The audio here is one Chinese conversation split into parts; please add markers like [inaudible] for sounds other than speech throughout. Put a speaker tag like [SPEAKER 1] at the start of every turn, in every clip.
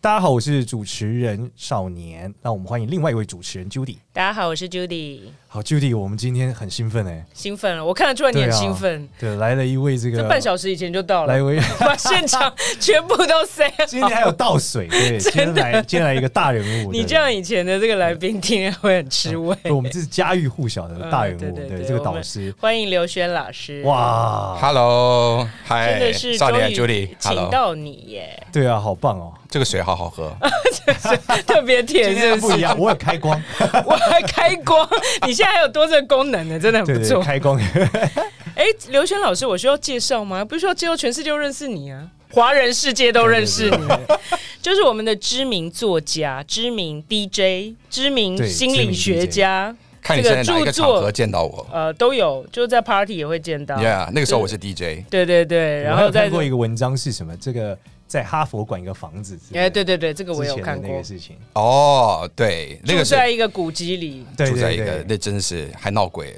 [SPEAKER 1] 大家好，我是主持人少年。那我们欢迎另外一位主持人 Judy。
[SPEAKER 2] 大家好，我是 Judy，
[SPEAKER 1] 好，Judy，我们今天很兴奋哎，
[SPEAKER 2] 兴奋了，我看得出来你
[SPEAKER 1] 对啊
[SPEAKER 2] 很兴奋。
[SPEAKER 1] 对，来了一位这
[SPEAKER 3] 啊
[SPEAKER 1] 个
[SPEAKER 2] 这半小时以前就到
[SPEAKER 1] 来
[SPEAKER 2] 了
[SPEAKER 1] 一，位，
[SPEAKER 2] [laughs] 把现场全部都塞
[SPEAKER 1] [laughs] 今天还有倒水，
[SPEAKER 2] [laughs]
[SPEAKER 1] 对，今天来今天来一个大人物，
[SPEAKER 2] 你
[SPEAKER 1] 对
[SPEAKER 2] 这样以前的这个来宾听了会很吃
[SPEAKER 1] [laughs]
[SPEAKER 2] 味。
[SPEAKER 1] 对我们这是家喻户晓的大人物，
[SPEAKER 2] 嗯对
[SPEAKER 1] 对
[SPEAKER 2] 对对
[SPEAKER 1] 这个
[SPEAKER 2] 我
[SPEAKER 1] 导
[SPEAKER 2] 们
[SPEAKER 1] 师，
[SPEAKER 2] 欢迎刘轩老师，，
[SPEAKER 1] 哇，哎
[SPEAKER 4] Hello，
[SPEAKER 2] 真
[SPEAKER 4] 嗨
[SPEAKER 2] 的是，
[SPEAKER 4] 少
[SPEAKER 2] 终
[SPEAKER 1] 啊
[SPEAKER 4] 年
[SPEAKER 2] 于
[SPEAKER 4] Judy，Hello，
[SPEAKER 2] 请到你耶， [laughs]
[SPEAKER 1] 对啊，好棒哦！
[SPEAKER 4] 这个水好好喝，
[SPEAKER 2] 特别
[SPEAKER 1] 今
[SPEAKER 2] 甜，
[SPEAKER 1] 天
[SPEAKER 2] 是
[SPEAKER 1] 不
[SPEAKER 2] 不
[SPEAKER 1] 一
[SPEAKER 2] 是？
[SPEAKER 1] 样，我有开光，
[SPEAKER 2] 我还开光，你现在还有多这个功能呢，真的很
[SPEAKER 1] 对
[SPEAKER 2] [laughs] 不
[SPEAKER 1] 对
[SPEAKER 2] 错
[SPEAKER 1] 对，。开
[SPEAKER 2] [laughs]
[SPEAKER 1] 光，
[SPEAKER 2] 哎，刘轩老师，我需要介绍吗？不需要介绍，全世界都认识你啊，华人世界都认识你。 [laughs] 就是我们的知名作家、知名 DJ、知名
[SPEAKER 1] 对
[SPEAKER 2] 心理学家，
[SPEAKER 4] 看你
[SPEAKER 2] 这
[SPEAKER 4] 现
[SPEAKER 2] 个
[SPEAKER 4] 在哪一个
[SPEAKER 2] 著
[SPEAKER 4] 场
[SPEAKER 2] 作
[SPEAKER 4] 合见到我
[SPEAKER 2] 呃，都有，就在 party 也会见到。
[SPEAKER 4] ？Yeah，那个时候我是 DJ，
[SPEAKER 2] 对对对，然
[SPEAKER 1] 我还
[SPEAKER 2] 后
[SPEAKER 1] 有
[SPEAKER 2] 在
[SPEAKER 1] 看过一个文章是什么？这个在哈佛管一个房子，
[SPEAKER 2] 哎，对，对对，这个我
[SPEAKER 1] 之
[SPEAKER 2] 有
[SPEAKER 1] 前的
[SPEAKER 2] 看
[SPEAKER 1] 那
[SPEAKER 2] 过
[SPEAKER 1] 个，事情，
[SPEAKER 4] 哦，对，那
[SPEAKER 2] 住
[SPEAKER 4] 个是
[SPEAKER 2] 在一个古迹里，
[SPEAKER 1] 对
[SPEAKER 4] 住在一
[SPEAKER 1] 对
[SPEAKER 4] 个，
[SPEAKER 1] 对，
[SPEAKER 4] 那真是还闹鬼，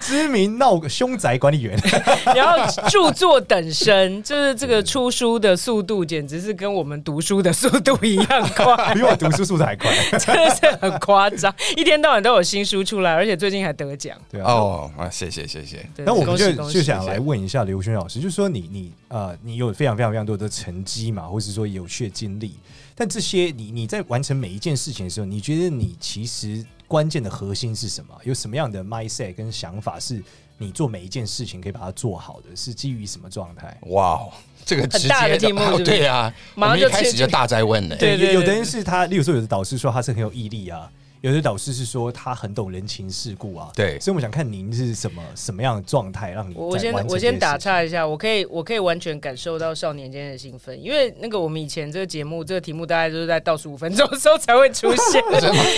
[SPEAKER 1] 知名闹凶宅管理员， [laughs]
[SPEAKER 2] 然后著作等身，就是这
[SPEAKER 4] 嗯
[SPEAKER 2] 个出书的速度简直是跟我们读书的速度一样快，
[SPEAKER 1] 比我读书速度还快，
[SPEAKER 2] 真的是 [laughs] 很夸张，一天到晚都有新书出来，而且最近还得奖。
[SPEAKER 1] 对啊。
[SPEAKER 4] 哦，啊，谢谢谢谢，
[SPEAKER 2] 对
[SPEAKER 1] 那我们
[SPEAKER 2] 恭喜
[SPEAKER 1] 就
[SPEAKER 2] 恭喜
[SPEAKER 1] 就想来问一下刘轩老师，就是说你你呃，你有非常非常非常多的成绩嘛，或是说有趣的经历，但这些你你在完成每一件事情的时候，你觉得你其实关键的核心是什么？有什么样的 mindset 跟想法是你做每一件事情可以把它做好的？是基于什么状态？
[SPEAKER 4] 哇哦，这个直
[SPEAKER 2] 很大的
[SPEAKER 4] 接
[SPEAKER 2] 题目是不是
[SPEAKER 4] 对啊，
[SPEAKER 2] 马
[SPEAKER 4] 我
[SPEAKER 2] 上
[SPEAKER 4] 们
[SPEAKER 2] 就
[SPEAKER 4] 一开始
[SPEAKER 2] 切
[SPEAKER 4] 就大在问呢，
[SPEAKER 2] 对
[SPEAKER 1] 有有的人是他，例如说有的导师说他是很有毅力啊。有的导师是说他很懂人情世故啊，
[SPEAKER 4] 对
[SPEAKER 1] 所以我们想看您是什么什么样的状态，让你
[SPEAKER 2] 我我
[SPEAKER 1] 在
[SPEAKER 2] 先
[SPEAKER 1] 完成
[SPEAKER 2] 我
[SPEAKER 1] 这
[SPEAKER 2] 先
[SPEAKER 1] 些
[SPEAKER 2] 打
[SPEAKER 1] 事情，
[SPEAKER 2] 岔一下，我可以我可以完全感受到少年间的兴奋，因为那个我们以前这个节目这个题目大概就是在倒数五分钟的时候才会出
[SPEAKER 1] [laughs]
[SPEAKER 2] 现，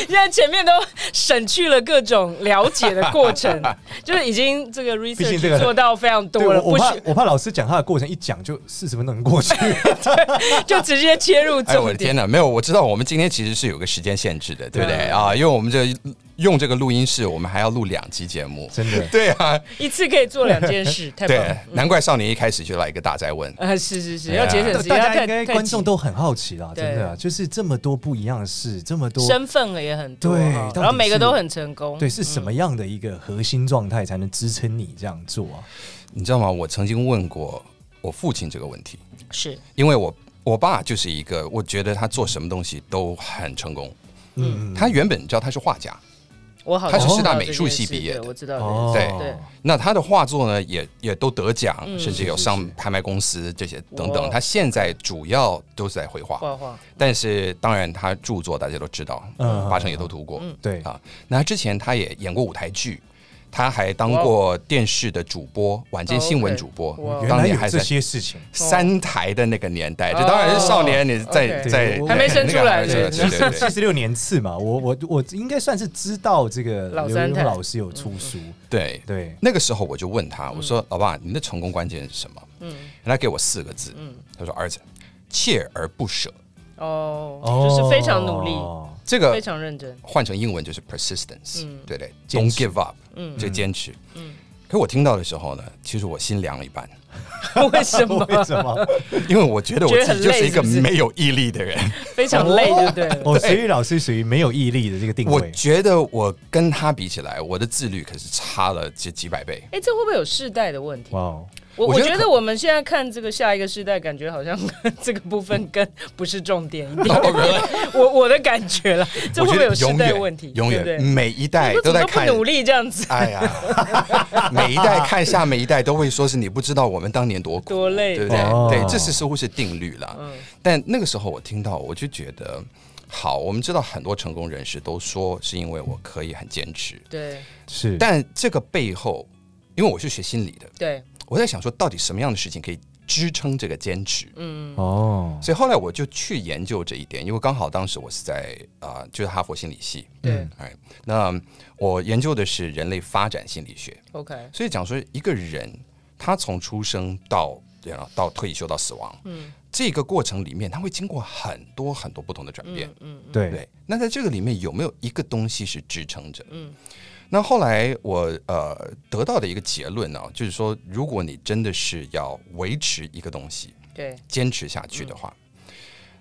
[SPEAKER 2] 现在前面都省去了各种了解的过
[SPEAKER 1] [laughs]
[SPEAKER 2] 程，就是已经这个
[SPEAKER 1] 毕竟这个
[SPEAKER 2] research 做到非常
[SPEAKER 1] 对
[SPEAKER 2] 多了，
[SPEAKER 1] 我我
[SPEAKER 2] 不
[SPEAKER 1] 怕
[SPEAKER 2] 许
[SPEAKER 1] 我怕老师讲他的过程一讲就四十分钟过
[SPEAKER 2] [laughs]
[SPEAKER 1] 去， [laughs]
[SPEAKER 2] 就直接切入
[SPEAKER 4] 哎，我
[SPEAKER 2] 重
[SPEAKER 4] 的天
[SPEAKER 2] 点。
[SPEAKER 4] 哪，没有，我知道我们今天其实是有个时间限制的，对不对啊？因为我们这用这个录音室，我们还要录两集节目，
[SPEAKER 1] 真
[SPEAKER 2] [laughs]
[SPEAKER 1] 的。
[SPEAKER 4] 对啊，
[SPEAKER 2] 一次可以做两件事，太棒
[SPEAKER 4] 对
[SPEAKER 2] 了！，嗯
[SPEAKER 4] 难怪少年一开始就来一个大在问，
[SPEAKER 2] 呃，是是是，
[SPEAKER 4] 哎
[SPEAKER 2] 要
[SPEAKER 4] 呀
[SPEAKER 2] 节省
[SPEAKER 1] 大
[SPEAKER 2] 时间，
[SPEAKER 1] 大
[SPEAKER 2] 要
[SPEAKER 1] 家
[SPEAKER 2] 太
[SPEAKER 1] 应该
[SPEAKER 2] 太
[SPEAKER 1] 观众
[SPEAKER 2] 急
[SPEAKER 1] 都很好奇啦，
[SPEAKER 2] 对
[SPEAKER 1] 真的啊，就是这么多不一样的事，这么多
[SPEAKER 2] 身份了也很多
[SPEAKER 1] 对
[SPEAKER 2] 哈，
[SPEAKER 1] 到
[SPEAKER 2] 然后
[SPEAKER 1] 底
[SPEAKER 2] 每个
[SPEAKER 1] 是
[SPEAKER 2] 都很成功，
[SPEAKER 1] 对，是什
[SPEAKER 2] 嗯
[SPEAKER 1] 么样的一个核心状态才能支撑你这样做啊？
[SPEAKER 4] 你知道吗？我曾经问过我父亲这个问题，
[SPEAKER 2] 是
[SPEAKER 4] 因为我我爸就是一个，我觉得他做什么东西都很成功。
[SPEAKER 1] 嗯，
[SPEAKER 4] 他原本你知道他是画家，
[SPEAKER 2] 我好
[SPEAKER 4] 他是
[SPEAKER 2] 像
[SPEAKER 4] 师
[SPEAKER 2] 知道
[SPEAKER 4] 大
[SPEAKER 2] 这
[SPEAKER 4] 美术
[SPEAKER 2] 件
[SPEAKER 4] 系
[SPEAKER 2] 事
[SPEAKER 4] 毕业
[SPEAKER 2] 对
[SPEAKER 4] 的
[SPEAKER 2] 我知道这件
[SPEAKER 1] 哦，
[SPEAKER 2] 事
[SPEAKER 4] 对
[SPEAKER 2] 嗯对
[SPEAKER 4] 那他的画作呢也也都得奖，
[SPEAKER 2] 嗯
[SPEAKER 4] 甚至有
[SPEAKER 1] 是是哦
[SPEAKER 4] 上
[SPEAKER 1] 是
[SPEAKER 4] 拍卖公司这些等
[SPEAKER 2] 哇
[SPEAKER 4] 等。他现在主要都是在绘画，
[SPEAKER 2] 画画，
[SPEAKER 4] 但是当然他著作大家都知道，
[SPEAKER 1] 嗯
[SPEAKER 4] 八成也都读过。
[SPEAKER 1] 对
[SPEAKER 4] 啊那他之前他也演过舞台剧。他还当
[SPEAKER 2] 哇哦
[SPEAKER 4] 过电视的主播，晚间
[SPEAKER 2] 哦
[SPEAKER 4] 新闻
[SPEAKER 2] ，OK
[SPEAKER 4] 主播
[SPEAKER 2] 哇哦，
[SPEAKER 1] 原
[SPEAKER 4] 当
[SPEAKER 1] 来
[SPEAKER 4] 年
[SPEAKER 1] 有
[SPEAKER 4] 还
[SPEAKER 1] 这
[SPEAKER 4] 在
[SPEAKER 1] 些事情，
[SPEAKER 4] 三台的那个年代，
[SPEAKER 2] 哦
[SPEAKER 4] 这当然是少年，你
[SPEAKER 2] OK
[SPEAKER 4] 在
[SPEAKER 2] 对
[SPEAKER 4] 在
[SPEAKER 1] 我
[SPEAKER 4] 在
[SPEAKER 1] 还没
[SPEAKER 2] 生出来
[SPEAKER 4] 那个
[SPEAKER 2] 对
[SPEAKER 4] 对
[SPEAKER 1] [laughs]
[SPEAKER 4] 对
[SPEAKER 1] 七
[SPEAKER 2] [laughs]
[SPEAKER 4] 对
[SPEAKER 1] 十六年次嘛，我我我应该算是知道这个
[SPEAKER 2] 老
[SPEAKER 1] 刘
[SPEAKER 2] 三嗯
[SPEAKER 1] 墉
[SPEAKER 2] 太
[SPEAKER 1] 老师有出书，
[SPEAKER 4] 对。
[SPEAKER 1] 对，
[SPEAKER 4] 那个时候我就问
[SPEAKER 2] 嗯
[SPEAKER 4] 他，我说：“老爸，你的成功关键是什么？”嗯，他给我四个字，
[SPEAKER 2] 嗯
[SPEAKER 4] 他说：“儿子，锲而不舍。
[SPEAKER 2] 哦， [laughs] 就是非常努力，
[SPEAKER 1] 哦
[SPEAKER 4] 这
[SPEAKER 2] 非
[SPEAKER 4] 个
[SPEAKER 2] 常嗯认真。 [laughs]
[SPEAKER 4] 换成英文就是 persistence，、对不对
[SPEAKER 1] 坚
[SPEAKER 4] ？Don't
[SPEAKER 1] 持
[SPEAKER 4] give up，嗯，就坚持。嗯，可我听到的时候呢，其实我心凉了一半， [laughs]
[SPEAKER 2] 为什
[SPEAKER 1] [laughs]
[SPEAKER 2] 么？
[SPEAKER 1] 为什
[SPEAKER 2] [laughs]
[SPEAKER 1] 么？
[SPEAKER 4] 因为我觉得我
[SPEAKER 2] 觉得
[SPEAKER 4] 自己
[SPEAKER 2] 很
[SPEAKER 4] 就
[SPEAKER 2] 累
[SPEAKER 4] 是一个
[SPEAKER 2] 是不是
[SPEAKER 4] 没有毅力的人。
[SPEAKER 2] 非常累，对不对？
[SPEAKER 1] 哦，所以老师属于没有毅力的这个定
[SPEAKER 4] 我
[SPEAKER 1] 位，
[SPEAKER 4] 觉得我跟他比起来，我的自律可是差了几几百倍。
[SPEAKER 2] 哎，这会不会有世代的问题？
[SPEAKER 1] 哇哦，
[SPEAKER 2] 我
[SPEAKER 4] 我
[SPEAKER 2] 我
[SPEAKER 4] 觉得
[SPEAKER 2] 觉
[SPEAKER 4] 可
[SPEAKER 2] 得我们现在看这个下一个世代，感觉好像这个部分跟不是重点一
[SPEAKER 4] 哦
[SPEAKER 2] 点。 [laughs] 我我的感觉了，这
[SPEAKER 4] 我
[SPEAKER 2] 会不
[SPEAKER 4] 觉
[SPEAKER 2] 会
[SPEAKER 4] 得
[SPEAKER 2] 有世
[SPEAKER 4] 永
[SPEAKER 2] 代
[SPEAKER 4] 远
[SPEAKER 2] 问题？
[SPEAKER 4] 永远
[SPEAKER 2] 对不对
[SPEAKER 4] 每一代
[SPEAKER 2] 我
[SPEAKER 4] 都
[SPEAKER 2] 怎么
[SPEAKER 4] 在
[SPEAKER 2] 都不
[SPEAKER 4] 看。
[SPEAKER 2] 努力这样子，
[SPEAKER 4] 哎呀， [laughs] 每一代看下每一代都会说是你不知道我们当年多苦
[SPEAKER 2] 多累嗯
[SPEAKER 4] 对不对？
[SPEAKER 1] 哦
[SPEAKER 4] 对，这是似乎是定律了。但那个时候我听到，我就觉得。好，我们知道很多成功人士都说是因为我可以很坚持，
[SPEAKER 2] 对
[SPEAKER 1] 是，
[SPEAKER 4] 但这个背后，因为我是学心理的，
[SPEAKER 2] 对，
[SPEAKER 4] 我在想说到底什么样的事情可以支撑这个坚持。
[SPEAKER 2] 嗯
[SPEAKER 1] 哦，
[SPEAKER 4] 所以后来我就去研究这一点，因为刚好当时我是在啊、呃就是哈佛心理系，
[SPEAKER 1] 嗯
[SPEAKER 2] 对
[SPEAKER 4] 哎，那我研究的是人类发展心理学，
[SPEAKER 2] ，OK，
[SPEAKER 4] 所以讲说一个人他从出生到然后到退休到死亡，嗯，这个过程里面他会经过很多很多不同的转变，
[SPEAKER 1] 对，
[SPEAKER 4] 对，那在这个里面有没有一个东西是支撑着？嗯，那后来我呃得到的一个结论呢、就是说，如果你真的是要维持一个东西，
[SPEAKER 2] 对，
[SPEAKER 4] 坚持下去
[SPEAKER 2] 嗯
[SPEAKER 4] 的话，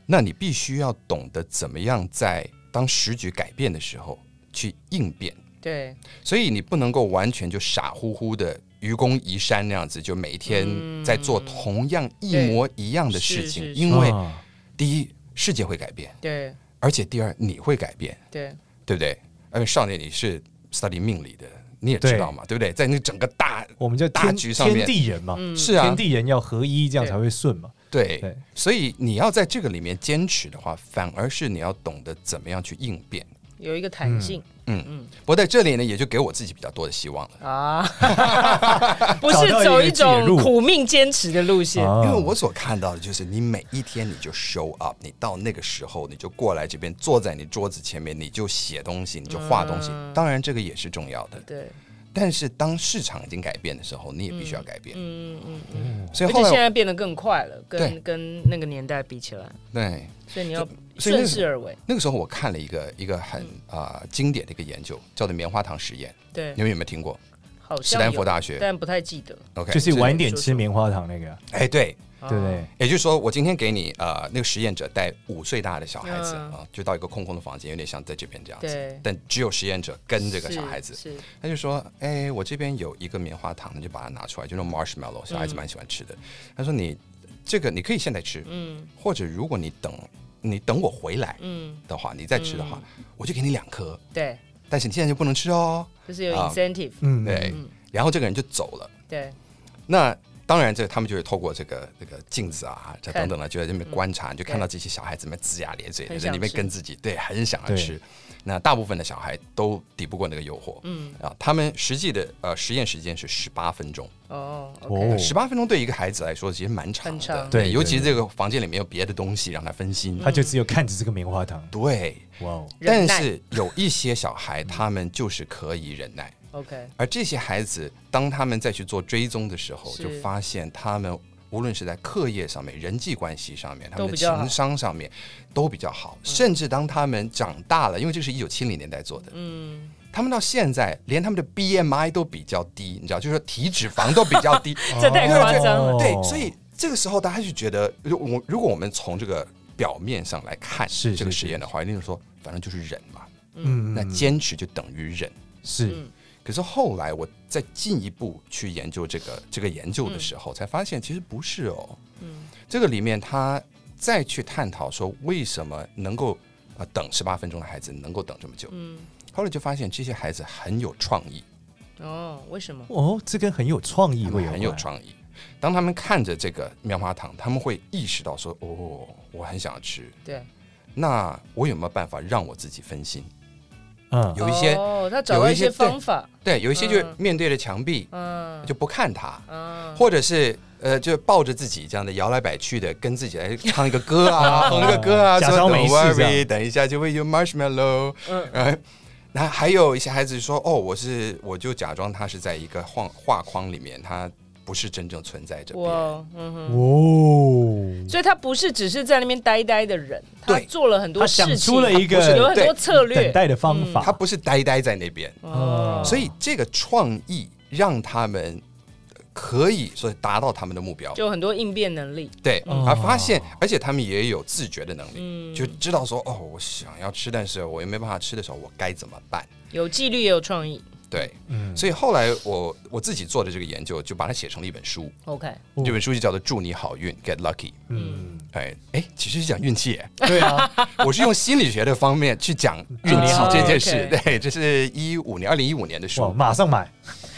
[SPEAKER 4] 那你必须要懂得怎么样在当时局改变的时候去应变，
[SPEAKER 2] 对，
[SPEAKER 4] 所以你不能够完全就傻乎乎的。愚公移山那样子，就每天在做同样一模一样的事
[SPEAKER 2] 嗯
[SPEAKER 4] 情，
[SPEAKER 2] 对是是
[SPEAKER 4] 因为
[SPEAKER 1] 啊
[SPEAKER 4] 第一，世界会改变，
[SPEAKER 2] 对，
[SPEAKER 4] 而且第二，你会改变。
[SPEAKER 2] 对，
[SPEAKER 4] 对不对？因为少年你是 study 命理的，你也知道嘛，对不对？在那整个大
[SPEAKER 1] 我们叫
[SPEAKER 4] 大
[SPEAKER 1] 天
[SPEAKER 4] 局上
[SPEAKER 1] 天
[SPEAKER 4] 面
[SPEAKER 1] 地人嘛，
[SPEAKER 2] 嗯
[SPEAKER 4] 是啊
[SPEAKER 1] 嗯天，地人要合一，这样才会顺嘛。
[SPEAKER 4] 对，
[SPEAKER 1] 对
[SPEAKER 4] 所以你要在这个里面坚持的话，反而是你要懂得怎么样去应变。
[SPEAKER 2] 有一个弹性
[SPEAKER 4] 不过在这里呢，也就给我自己比较多的希望了，
[SPEAKER 2] 啊，
[SPEAKER 4] [laughs]
[SPEAKER 2] 不是
[SPEAKER 1] 找到
[SPEAKER 2] 走
[SPEAKER 1] 一个
[SPEAKER 2] 一
[SPEAKER 1] 解
[SPEAKER 2] 种
[SPEAKER 1] 路
[SPEAKER 2] 苦命坚持的路线。
[SPEAKER 1] 啊
[SPEAKER 4] 因为我所看到的就是你每一天你就 show up，你到那个时候你就过来这边坐在你桌子前面，你就写东西，你就画东西。
[SPEAKER 2] 嗯
[SPEAKER 4] 当然这个也是重要的，
[SPEAKER 2] 对，
[SPEAKER 4] 但是当市场已经改变的时候，你也必须要改变。
[SPEAKER 2] 嗯嗯嗯，
[SPEAKER 4] 所
[SPEAKER 2] 而
[SPEAKER 4] 以后
[SPEAKER 2] 且
[SPEAKER 4] 来
[SPEAKER 2] 现
[SPEAKER 4] 我
[SPEAKER 2] 在变得更快了，
[SPEAKER 4] 对
[SPEAKER 2] 跟跟那个年代比起来，
[SPEAKER 4] 对。
[SPEAKER 2] 所以你要
[SPEAKER 4] 所以那
[SPEAKER 2] 顺势而为。
[SPEAKER 4] 那个时候我看了一个一个很啊、呃经典的一个研究，叫做棉花糖实验，
[SPEAKER 2] 嗯对
[SPEAKER 4] 你，们有没有听过？
[SPEAKER 2] 好
[SPEAKER 4] 斯
[SPEAKER 2] 像
[SPEAKER 4] 坦福
[SPEAKER 2] 有，
[SPEAKER 4] 大学
[SPEAKER 2] 但不太记得。
[SPEAKER 4] ，OK，
[SPEAKER 1] 就是晚一点
[SPEAKER 2] 说
[SPEAKER 1] 吃
[SPEAKER 2] 说
[SPEAKER 1] 棉花糖那个，
[SPEAKER 4] 哎对，
[SPEAKER 2] 啊
[SPEAKER 1] 对不对？
[SPEAKER 4] 也就是说我今天给你呃那个实验者带五岁大的小孩子啊、
[SPEAKER 2] 嗯
[SPEAKER 4] 就到一个空空的房间，有点像在这边这样子，
[SPEAKER 2] 对，
[SPEAKER 4] 但只有实验者跟这个小孩子，
[SPEAKER 2] 是是
[SPEAKER 4] 他就说，哎，我这边有一个棉花糖，你就把它拿出来，就那种 marshmallow，小孩子蛮喜欢吃的。他说你这个你可以现在吃，
[SPEAKER 2] 嗯
[SPEAKER 4] 或者如果你等你等我回来
[SPEAKER 2] 嗯，
[SPEAKER 4] 的话，你再吃的话，我就给你两颗，
[SPEAKER 2] 对，
[SPEAKER 4] 但是你现在就不能吃哦。
[SPEAKER 2] 就是有
[SPEAKER 4] 啊
[SPEAKER 2] incentive，
[SPEAKER 1] 嗯，
[SPEAKER 4] 对，然后这个人就走了。
[SPEAKER 2] 对
[SPEAKER 4] 那当然，这他们就会透过这个这个镜子啊，这
[SPEAKER 2] 看嗯
[SPEAKER 4] 等等的，就在那边观察，你就看到这些小孩子们龇牙咧嘴的，
[SPEAKER 2] 很
[SPEAKER 4] 在
[SPEAKER 2] 想
[SPEAKER 4] 里面
[SPEAKER 2] 吃
[SPEAKER 4] 跟自己对，很想要
[SPEAKER 1] 对
[SPEAKER 4] 吃。那大部分的小孩都抵不过那个诱惑，嗯啊，他们实际的呃实验时间是十八分钟，
[SPEAKER 2] 哦
[SPEAKER 1] 哦
[SPEAKER 2] ，OK，
[SPEAKER 4] 十八分钟对一个孩子来说其实蛮长
[SPEAKER 2] 很
[SPEAKER 4] 的，
[SPEAKER 2] 长
[SPEAKER 1] 对
[SPEAKER 4] 尤其
[SPEAKER 1] 对
[SPEAKER 4] 这个房间里面有别的东西让他分心，
[SPEAKER 1] 他就只有看着这个棉花糖，
[SPEAKER 4] 对。
[SPEAKER 1] 哇哦，
[SPEAKER 2] 忍
[SPEAKER 4] 但
[SPEAKER 2] 耐
[SPEAKER 4] 是有一些小孩，他们就是可以忍耐，
[SPEAKER 2] OK，
[SPEAKER 4] 而这些孩子，当他们再去做追踪的时候，
[SPEAKER 2] 是
[SPEAKER 4] 就发现他们无论是在课业上面、人际关系上面、他
[SPEAKER 2] 都
[SPEAKER 4] 们的
[SPEAKER 2] 比较好嗯
[SPEAKER 4] 情商上面都比较好，甚至当他们长大了，因为这是一九七零年代做的，嗯，他们到现在连他们的 BMI 都比较低，你知道，就是说体脂肪都比
[SPEAKER 1] [laughs]
[SPEAKER 4] 较低，
[SPEAKER 2] 这太夸张了。
[SPEAKER 1] 哦
[SPEAKER 4] 对，所以这个时候大家就觉得，如我如果我们从这个表面上来看
[SPEAKER 1] 是
[SPEAKER 4] 这个
[SPEAKER 1] 是
[SPEAKER 4] 实
[SPEAKER 1] 是
[SPEAKER 4] 验的话，一定是说，反正就是忍嘛，
[SPEAKER 1] 嗯，
[SPEAKER 4] 那坚持就等于忍。
[SPEAKER 1] 是
[SPEAKER 4] 可是后来我再进一步去研究这个这个研究的时候，才发现其实不是哦。嗯，这个里面他再去探讨说为什么能够呃等十八分钟的孩子能够等这么久。嗯，后来就发现这些孩子很有创意，
[SPEAKER 2] 哦，为什么？
[SPEAKER 1] 哦，这跟很有创意
[SPEAKER 4] 他
[SPEAKER 1] 会
[SPEAKER 4] 们
[SPEAKER 1] 有
[SPEAKER 4] 很有
[SPEAKER 1] 关
[SPEAKER 4] 创意。当他们看着这个棉花糖，他们会意识到说：“哦，我很想要吃。
[SPEAKER 2] 对，”
[SPEAKER 4] 那我有没有办法让我自己分心？
[SPEAKER 1] 嗯，
[SPEAKER 4] 有一些
[SPEAKER 2] 哦，他找到一
[SPEAKER 4] 有
[SPEAKER 2] 些
[SPEAKER 4] 一些对
[SPEAKER 2] 方法，
[SPEAKER 4] 对，有一些就面对着墙壁，
[SPEAKER 2] 嗯
[SPEAKER 4] 就不看它。
[SPEAKER 2] 嗯，
[SPEAKER 4] 或者是呃，就抱着自己这样的摇来摆去的，跟自己来唱一个歌啊，哼一个歌啊，
[SPEAKER 1] 嗯假
[SPEAKER 4] 说
[SPEAKER 1] 装没
[SPEAKER 4] Don't
[SPEAKER 1] 事这样
[SPEAKER 4] worry，等一下就会有 marshmallow，
[SPEAKER 2] 嗯
[SPEAKER 4] 嗯。那还有一些孩子说：“哦，我是我就假装他是在一个画画框里面，他不是真正存在这边。
[SPEAKER 2] 哇，嗯哼。
[SPEAKER 1] 哦，
[SPEAKER 2] 所以他不是只是在那边呆呆的人，他
[SPEAKER 4] 对
[SPEAKER 2] 做了很多
[SPEAKER 1] 他
[SPEAKER 2] 事
[SPEAKER 1] 想
[SPEAKER 2] 情，
[SPEAKER 1] 出了一个
[SPEAKER 2] 他不是有很多策略
[SPEAKER 1] 等。待的方
[SPEAKER 4] 他
[SPEAKER 1] 法，嗯
[SPEAKER 4] 不是呆呆在那边。
[SPEAKER 2] 哦，
[SPEAKER 4] 嗯所以这个创意让他们可以说达到他们的目标。
[SPEAKER 2] 就很多应变能力。
[SPEAKER 4] 对，
[SPEAKER 1] 嗯
[SPEAKER 4] 而发现，而且他们也有自觉的能力，就知道说，哦，我想要吃，但是我又没办法吃的时候，我该怎么办？
[SPEAKER 2] 有纪律也有创意。
[SPEAKER 4] 对，
[SPEAKER 1] 嗯
[SPEAKER 4] 所以后来我我自己做的这个研究，就把它写成了一本书，
[SPEAKER 1] [laughs]
[SPEAKER 2] OK，
[SPEAKER 1] 哦
[SPEAKER 4] 这本书就叫做《祝你好运 Get Lucky》。
[SPEAKER 1] 嗯，
[SPEAKER 4] 哎哎，其实是讲运气耶，
[SPEAKER 1] 对啊，
[SPEAKER 4] [laughs] 我是用心理学的方面去讲运
[SPEAKER 1] 祝你
[SPEAKER 4] 气
[SPEAKER 1] 好
[SPEAKER 4] 这件
[SPEAKER 1] 哦
[SPEAKER 4] 事。
[SPEAKER 2] OK
[SPEAKER 4] 对，这是一五年，二零一五年的
[SPEAKER 1] 哇，
[SPEAKER 4] 书。
[SPEAKER 1] 马上买，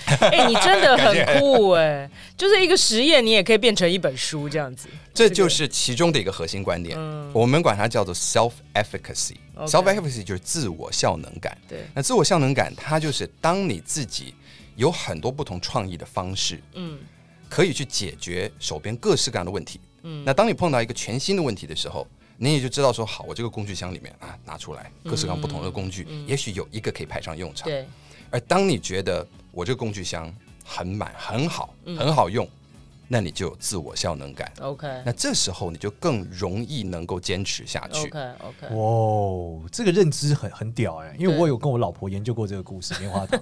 [SPEAKER 2] 哎、你真的很酷哎、就是一个实验，你也可以变成一本书这样
[SPEAKER 1] [laughs]
[SPEAKER 2] 子。
[SPEAKER 4] 这就是其中的一个嗯核心观点，我们管它叫做 self efficacy。
[SPEAKER 2] OK
[SPEAKER 4] self efficacy 就是自我效能感。
[SPEAKER 2] 对
[SPEAKER 4] 那自我效能感，它就是当你自己有很多不同创意的方式，嗯，可以去解决手边各式各样的问题。嗯，那当你碰到一个全新的问题的时候，你也就知道说，好，我这个工具箱里面啊，拿出来各式各样不同的工具，也许有一个可以派上用场。
[SPEAKER 2] 对，
[SPEAKER 4] 而当你觉得我这个工具箱很满、很好、很好用，那你就有自我效能感。
[SPEAKER 2] OK
[SPEAKER 4] 那这时候你就更容易能够坚持下去。
[SPEAKER 2] OK OK，
[SPEAKER 1] 哇哦，这个认知很很屌哎、因为
[SPEAKER 2] 对
[SPEAKER 1] 我有跟我老婆研究过这个故事棉花糖，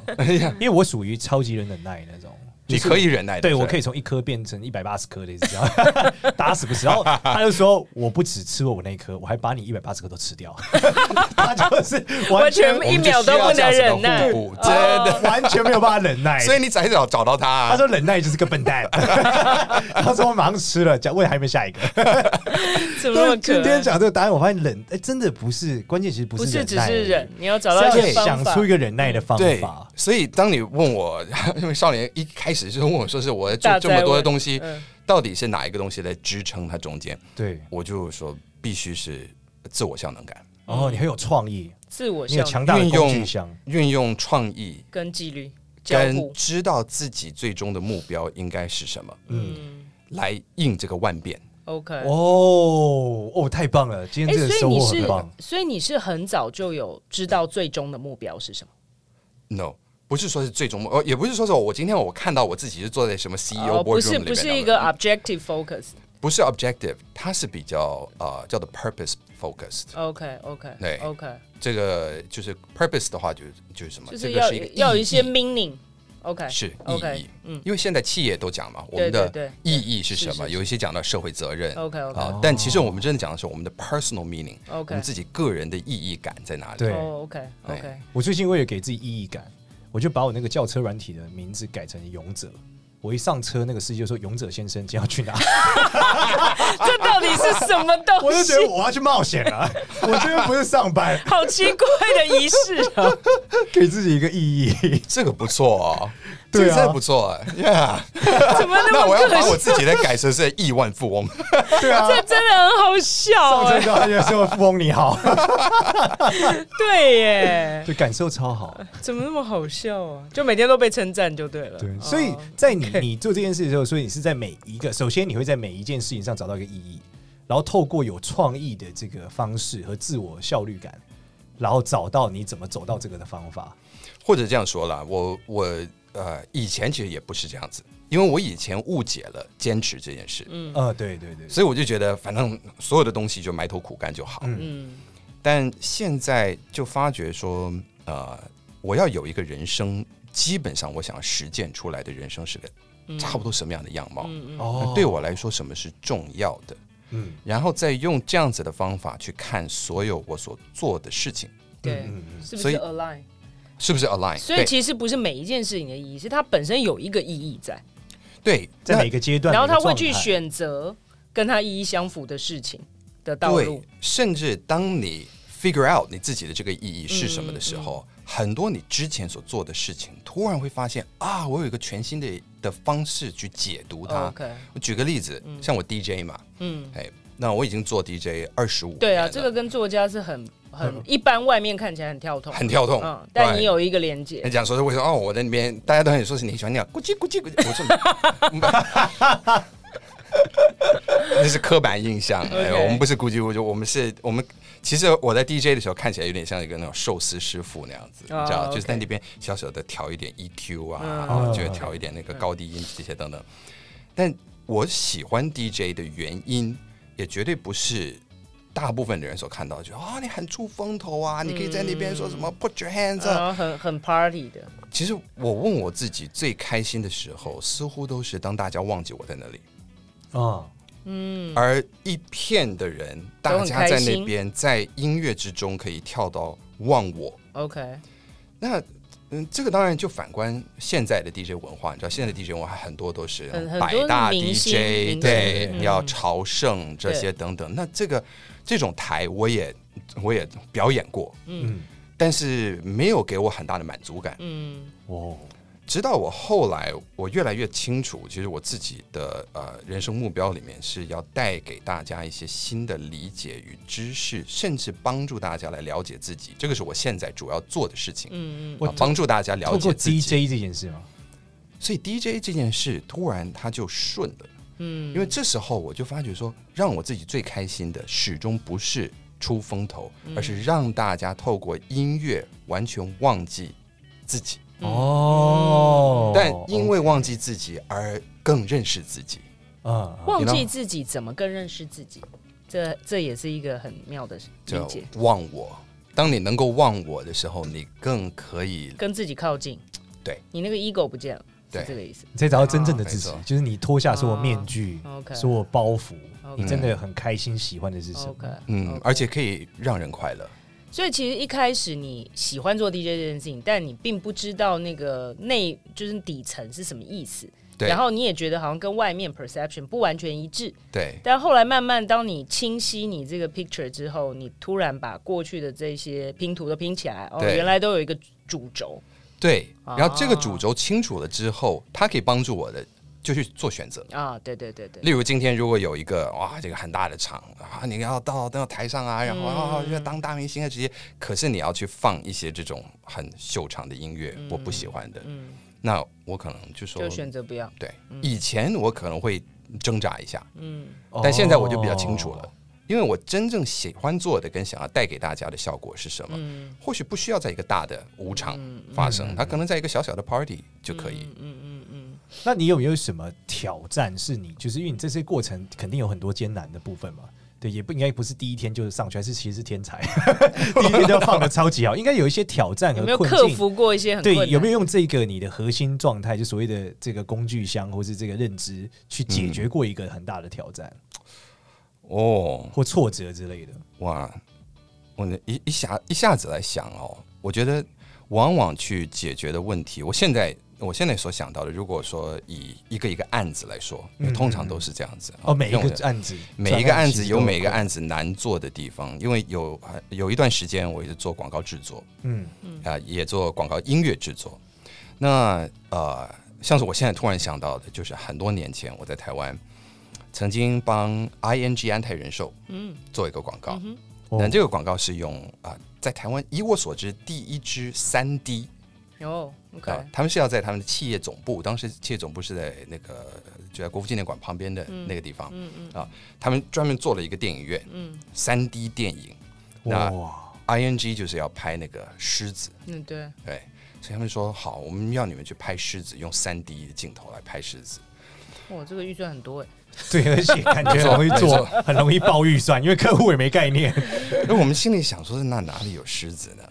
[SPEAKER 1] 因为我属于超级人忍耐那种，
[SPEAKER 4] 你可以忍耐的，
[SPEAKER 1] 对
[SPEAKER 4] 不
[SPEAKER 1] 我可以从一颗变成一百八十颗的，这样 [laughs] 打死不吃。然后他就说，我不只吃我那一颗，我还把你一百八十颗都吃掉。 [laughs] 他就是完全
[SPEAKER 2] 完
[SPEAKER 4] 我们
[SPEAKER 2] 一
[SPEAKER 4] 就
[SPEAKER 2] 秒
[SPEAKER 4] 需
[SPEAKER 2] 都
[SPEAKER 4] 要
[SPEAKER 2] 不
[SPEAKER 4] 这
[SPEAKER 2] 能
[SPEAKER 4] 样子的
[SPEAKER 2] 忍耐哦
[SPEAKER 4] 互补真的。
[SPEAKER 1] 完全没有办法忍耐。
[SPEAKER 4] [laughs] 所以你早一早找到他、
[SPEAKER 1] 他
[SPEAKER 4] 啊。
[SPEAKER 1] 说忍耐就是个笨蛋。 [laughs] 他说我马上吃了，讲问还没下一个。
[SPEAKER 2] 怎么那么可
[SPEAKER 1] 今天
[SPEAKER 2] 爱？
[SPEAKER 1] 讲这个答案，我发现忍哎真的不是关键，其实不
[SPEAKER 2] 不
[SPEAKER 1] 是
[SPEAKER 2] 是只
[SPEAKER 1] 耐
[SPEAKER 2] 是忍，，你要找到一
[SPEAKER 1] 是
[SPEAKER 2] 些
[SPEAKER 1] 要
[SPEAKER 2] 方
[SPEAKER 1] 想
[SPEAKER 2] 法
[SPEAKER 1] 出。一个忍耐的方
[SPEAKER 4] 对
[SPEAKER 1] 法，。
[SPEAKER 4] 所以当你问我， [laughs] 因为少年一开始就问我说 [laughs] 是我
[SPEAKER 2] 大
[SPEAKER 4] 做这么
[SPEAKER 2] 灾
[SPEAKER 4] 多的
[SPEAKER 2] 问
[SPEAKER 4] 东西，
[SPEAKER 2] 嗯
[SPEAKER 4] 到底是哪一个东西来支撑它中间？
[SPEAKER 1] 对，
[SPEAKER 4] 我就说必须是自我效能感，
[SPEAKER 1] 哦，你很有创意，
[SPEAKER 2] 自我
[SPEAKER 1] 你有
[SPEAKER 2] 效
[SPEAKER 1] 强
[SPEAKER 2] 能
[SPEAKER 1] 大的
[SPEAKER 4] 运
[SPEAKER 1] 工具
[SPEAKER 4] 用
[SPEAKER 1] 箱。
[SPEAKER 4] 运用创意，
[SPEAKER 2] 跟纪律交
[SPEAKER 4] 跟
[SPEAKER 2] 互。
[SPEAKER 4] 知道自己最终的目标应该是什么，
[SPEAKER 2] 嗯
[SPEAKER 4] 来应这个万变。
[SPEAKER 2] ，OK。
[SPEAKER 1] 哦哦，太棒了！今
[SPEAKER 2] 哎
[SPEAKER 1] 天这个
[SPEAKER 2] 所以
[SPEAKER 1] 收获
[SPEAKER 2] 你
[SPEAKER 1] 很
[SPEAKER 2] 是
[SPEAKER 1] 棒。，
[SPEAKER 2] 所以你是很早就有知道最终的目标是什么
[SPEAKER 4] No，不是说是最终目，呃，也不是说是我今天我看到我自己是坐在什么 CEO
[SPEAKER 2] 呃哦不
[SPEAKER 4] E boardroom
[SPEAKER 2] 是
[SPEAKER 4] 里面，啊
[SPEAKER 2] 不是一个 objective focus。
[SPEAKER 4] 不是 objective，它是比较呃叫做 purpose focused。
[SPEAKER 2] OK OK
[SPEAKER 4] 对
[SPEAKER 2] OK，
[SPEAKER 4] 这个就是 purpose 的话就，就是什么？
[SPEAKER 2] 就是
[SPEAKER 4] 这个
[SPEAKER 2] 要
[SPEAKER 4] 是一个
[SPEAKER 2] 要有
[SPEAKER 4] 意
[SPEAKER 2] 一些
[SPEAKER 4] 义
[SPEAKER 2] meaning。OK
[SPEAKER 4] 是 E 意义
[SPEAKER 2] OK，嗯
[SPEAKER 4] 因为现在企业都讲嘛，我
[SPEAKER 2] 对
[SPEAKER 4] 们
[SPEAKER 2] 对
[SPEAKER 4] 的
[SPEAKER 2] 对
[SPEAKER 4] 意义是
[SPEAKER 2] 是
[SPEAKER 4] 什么？
[SPEAKER 2] 是
[SPEAKER 4] 有一些讲到社会责任
[SPEAKER 2] OK OK
[SPEAKER 4] 啊，但其实我们真的讲的是我们的 personal meaning，我
[SPEAKER 2] OK
[SPEAKER 4] 们自己个人的意义感在哪里？
[SPEAKER 1] 对
[SPEAKER 2] 哦 OK
[SPEAKER 4] 对
[SPEAKER 2] OK
[SPEAKER 1] 我最近为了给自己意义感，我就把我那个轿车软体的名字改成勇者。我一上车，那个司机就说：“勇者先生，今天要去 [laughs] 哪？”
[SPEAKER 2] 这到底是什么
[SPEAKER 1] 我
[SPEAKER 2] 东
[SPEAKER 1] 就
[SPEAKER 2] 西
[SPEAKER 1] 觉？得我要去冒险 [laughs] 了。我今天不是上班，
[SPEAKER 2] 好奇怪的仪式啊！
[SPEAKER 4] [laughs]
[SPEAKER 1] 给自己一个 [laughs] 意义。
[SPEAKER 4] 这个不错哦，这
[SPEAKER 1] 对啊
[SPEAKER 4] 个真的不错哎，Yeah，
[SPEAKER 2] 怎么 [laughs] 啊那
[SPEAKER 4] 那我
[SPEAKER 2] 么
[SPEAKER 4] 要把
[SPEAKER 2] 个性？
[SPEAKER 4] 我自己的改成是亿万富翁，
[SPEAKER 1] 对啊，
[SPEAKER 2] 这真的很好笑
[SPEAKER 1] 上车
[SPEAKER 2] 哎、
[SPEAKER 4] [laughs]
[SPEAKER 1] 之后他就 [laughs] 说：“富翁你好。
[SPEAKER 2] 对”耶，
[SPEAKER 1] 就感受超好。
[SPEAKER 2] 怎么那么好笑啊？就每天都被称赞就对了。
[SPEAKER 1] 对，
[SPEAKER 2] 哦
[SPEAKER 1] 所以在你你做这件事的时候，所以你是在每一个，首先你会在每一件事情上找到一个意义，然后透过有创意的这个方式和自我效率感，然后找到你怎么走到这个的方法。
[SPEAKER 4] 或者这样说啦，我我呃以前其实也不是这样子，因为我以前误解了坚持这件事，
[SPEAKER 1] 嗯，呃，对对对，
[SPEAKER 4] 所以我就觉得反正所有的东西就埋头苦干就好，
[SPEAKER 2] 嗯，
[SPEAKER 4] 但现在就发觉说，呃，我要有一个人生，基本上我想要实践出来的人生是
[SPEAKER 2] 嗯
[SPEAKER 4] 个差不多什么样的样貌？
[SPEAKER 1] 哦
[SPEAKER 4] 那对，我来说，什么是重要的？
[SPEAKER 1] 嗯
[SPEAKER 4] 然后再用这样子的方法去看所有我所做的事情，
[SPEAKER 2] 对，
[SPEAKER 1] 嗯
[SPEAKER 2] 是不
[SPEAKER 4] 嗯所
[SPEAKER 2] 是
[SPEAKER 4] 以哎
[SPEAKER 2] align？
[SPEAKER 4] 是不是 align？
[SPEAKER 2] 所以其实不是每一件事情的意义，是它本身有一个意义在，
[SPEAKER 4] 对
[SPEAKER 1] 在
[SPEAKER 4] 对
[SPEAKER 1] 每个阶段，
[SPEAKER 2] 然后
[SPEAKER 1] 每个
[SPEAKER 2] 他会
[SPEAKER 1] 状态
[SPEAKER 2] 去，选择跟他意义相符的事情的
[SPEAKER 4] 那
[SPEAKER 2] 道
[SPEAKER 4] 对
[SPEAKER 2] 路。，
[SPEAKER 4] 甚至当你 figure out 你自己的这个意义是什么
[SPEAKER 2] 嗯
[SPEAKER 4] 的时候，很多你之前所做的事情，突然会发现啊，我有一个全新的的方式去解读它。
[SPEAKER 2] 哦 OK，
[SPEAKER 4] 我举个例子，像我 DJ 嘛，
[SPEAKER 2] 嗯，
[SPEAKER 4] 哎，那我已经做 DJ 二十五，
[SPEAKER 2] 对啊，这个跟作家是很
[SPEAKER 1] 嗯
[SPEAKER 2] 很一般，外面看起来很跳痛，
[SPEAKER 4] 很跳动，
[SPEAKER 2] 嗯，但你
[SPEAKER 4] right。
[SPEAKER 2] 有一个连接
[SPEAKER 4] 你，讲说是为什么？哦，我在那边大家都很说是你喜欢那样咕叽咕叽咕叽，我说嗯
[SPEAKER 2] [laughs]
[SPEAKER 4] [laughs] 那是刻板印象。哎
[SPEAKER 2] OK
[SPEAKER 4] 我们不是咕叽咕叽，我们是我们其实我在 DJ 的时候看起来有点像一个那种寿司师傅那样子，你知
[SPEAKER 2] 哦
[SPEAKER 4] 道，就是
[SPEAKER 2] OK
[SPEAKER 4] 在那边小小的调一点 EQ 啊，
[SPEAKER 2] 嗯
[SPEAKER 4] 啊就
[SPEAKER 1] 嗯
[SPEAKER 4] 调一点那个高低音这些等等。但我喜欢 DJ 的原因，也绝对不是大部分的人所看到的，就啊、你很出风头啊，你可以在那边说什么、put
[SPEAKER 2] 嗯
[SPEAKER 4] your hands up。
[SPEAKER 2] 然后很很 party 的，
[SPEAKER 4] 其实我问我自己，最开心的时候，似乎都是当大家忘记我在那里，
[SPEAKER 1] 嗯，
[SPEAKER 4] 而一片的人，
[SPEAKER 2] 都
[SPEAKER 4] 大
[SPEAKER 2] 很
[SPEAKER 4] 家
[SPEAKER 2] 开
[SPEAKER 4] 在那
[SPEAKER 2] 心
[SPEAKER 4] 边在音乐之中可以跳到忘我。
[SPEAKER 2] OK，
[SPEAKER 4] 那嗯，这个当然就反观现在的 DJ 文化，你知道现在的 DJ 文化很多都是
[SPEAKER 2] 很很
[SPEAKER 4] 百
[SPEAKER 2] 多
[SPEAKER 4] 大
[SPEAKER 2] 明星明
[SPEAKER 4] DJ，
[SPEAKER 2] 星
[SPEAKER 4] 对，
[SPEAKER 2] 嗯
[SPEAKER 4] 你要朝圣这些等等。那这个这种台我也我也表演过，
[SPEAKER 1] 嗯
[SPEAKER 4] 嗯，但是没有给我很大的满足感。
[SPEAKER 2] 嗯，
[SPEAKER 1] 哦，
[SPEAKER 4] 直到我后来，我越来越清楚，其实我自己的呃人生目标里面是要带给大家一些新的理解与知识，甚至帮助大家来了解自己。这个是我现在主要做的事情，
[SPEAKER 2] 嗯
[SPEAKER 4] 啊帮助大家了
[SPEAKER 1] 透
[SPEAKER 4] 解
[SPEAKER 1] 过
[SPEAKER 4] 自己。
[SPEAKER 1] DJ 这件事吗？
[SPEAKER 4] 所以 DJ 这件事突然它就顺了，
[SPEAKER 2] 嗯
[SPEAKER 4] 因为这时候我就发觉说，让我自己最开心的始终不是出风头，
[SPEAKER 2] 嗯
[SPEAKER 4] 而是让大家透过音乐完全忘记自己，
[SPEAKER 1] 嗯哦，
[SPEAKER 4] 嗯但因为忘记自己而更认识自
[SPEAKER 2] 哦
[SPEAKER 4] 己。
[SPEAKER 1] 啊，
[SPEAKER 2] 忘
[SPEAKER 4] 你
[SPEAKER 2] 记
[SPEAKER 4] 呢
[SPEAKER 2] 自己怎么更认识自己，这这也是一个很妙的哦理
[SPEAKER 4] 叫
[SPEAKER 2] 解，
[SPEAKER 4] 忘我。当你能够忘我的时候，你更可以
[SPEAKER 2] 跟自己靠近，
[SPEAKER 4] 对
[SPEAKER 2] 你那个 ego 不见了，
[SPEAKER 4] 对
[SPEAKER 2] 是这个意思。
[SPEAKER 1] 你才找到真正的自己
[SPEAKER 4] 啊没错，
[SPEAKER 1] 就是你脱下所有面具
[SPEAKER 2] 啊，OK，
[SPEAKER 1] 所有包袱，
[SPEAKER 2] OK
[SPEAKER 1] 你真的很开心喜欢的是什
[SPEAKER 2] OK，
[SPEAKER 1] 么？
[SPEAKER 4] 嗯，而且可以让人快乐。
[SPEAKER 2] 所以其实一开始你喜欢做 DJ 这件事情，但你并不知道那个内就是底层是什么意思，
[SPEAKER 4] 对
[SPEAKER 2] 然后你也觉得好像跟外面 perception 不完全一致，
[SPEAKER 4] 对
[SPEAKER 2] 但后来慢慢，当你清晰你这个 picture 之后，你突然把过去的这些拼图都拼起来，哦，
[SPEAKER 4] 对
[SPEAKER 2] 原来都有一个主轴。
[SPEAKER 4] 对，
[SPEAKER 2] 啊
[SPEAKER 4] 然后这个主轴清楚了之后，它可以帮助我的就去做选择。
[SPEAKER 2] 啊，对对对对，
[SPEAKER 4] 例如今天如果有一个哇，这个很大的场啊，你要到到台上啊，然后
[SPEAKER 2] 嗯
[SPEAKER 4] 啊要当大明星啊这些，可是你要去放一些这种很秀场的音乐，我不喜欢的，那我可能就说
[SPEAKER 2] 嗯就选择不要。
[SPEAKER 4] 对。
[SPEAKER 1] 嗯
[SPEAKER 4] 以前我可能会挣扎一下，
[SPEAKER 1] 哦
[SPEAKER 4] 但现在我就比较清楚了，因为我真正喜欢做的跟想要带给大家的效果是什么，
[SPEAKER 1] 嗯
[SPEAKER 4] 或许不需要在一个大的舞场发生，它可能在一个小小的 party 就可
[SPEAKER 1] 嗯
[SPEAKER 4] 以。
[SPEAKER 1] 那你有没有什么挑战是你，就是因为你这些过程肯定有很多艰难的部分嘛？对，也不应该不是第一天就是上去，还是其实是天才， [laughs] 第一天就放的超级好，应该有一些挑战
[SPEAKER 2] 有
[SPEAKER 1] 和
[SPEAKER 2] 没有
[SPEAKER 1] 困
[SPEAKER 2] 克
[SPEAKER 1] 境。
[SPEAKER 2] 服过一些很困
[SPEAKER 1] 对，
[SPEAKER 2] 难？
[SPEAKER 1] 有没有用这个你的核心状态，就所谓的这个工具箱或是这个认知，去解
[SPEAKER 4] 嗯
[SPEAKER 1] 决过一个很大的挑战、
[SPEAKER 4] 哦，
[SPEAKER 1] 或挫折之类的？
[SPEAKER 4] 哇，我呢一一下一下子来想哦，我觉得往往去解决的问题，我现在我现在所想到的，如果说以一个一个案子来说，
[SPEAKER 1] 嗯
[SPEAKER 4] 通常都是这样子啊
[SPEAKER 1] 哦，每一
[SPEAKER 4] 用
[SPEAKER 1] 个案子，
[SPEAKER 4] 每一个案子有每一个
[SPEAKER 1] 专
[SPEAKER 4] 案子难做的地方，因为有有一段时间我也是做广告制作，
[SPEAKER 1] 其实都有困，嗯，
[SPEAKER 4] 啊、也做广告音乐制作。那呃，像是我现在突然想到的，就是很多年前我在台湾曾经帮 ING 安泰人寿嗯做一个广告，
[SPEAKER 1] 哦
[SPEAKER 4] 那、这个广告是用啊、在台湾以我所知第一支三 D
[SPEAKER 2] 哦，OK，
[SPEAKER 4] 啊，他们是要在他们的企业总部，当时企业总部是在那个就在国父纪念馆旁边的那个地方，嗯嗯啊，他们专门做了一个电影院，嗯，三 D 电影那
[SPEAKER 1] 哇，
[SPEAKER 4] ，ING 就是要拍那个狮子，
[SPEAKER 2] 嗯，对，
[SPEAKER 4] 对，所以他们说好，我们要你们去拍狮子，用三 D 的镜头来拍狮子。 [laughs]
[SPEAKER 2] 哇，这个预算很多哎。
[SPEAKER 1] 对，而且感
[SPEAKER 4] [laughs]
[SPEAKER 1] 觉很容易做，很容易爆预算，因为客户也没概念。
[SPEAKER 4] 那我们心里想说，那哪里有狮子呢？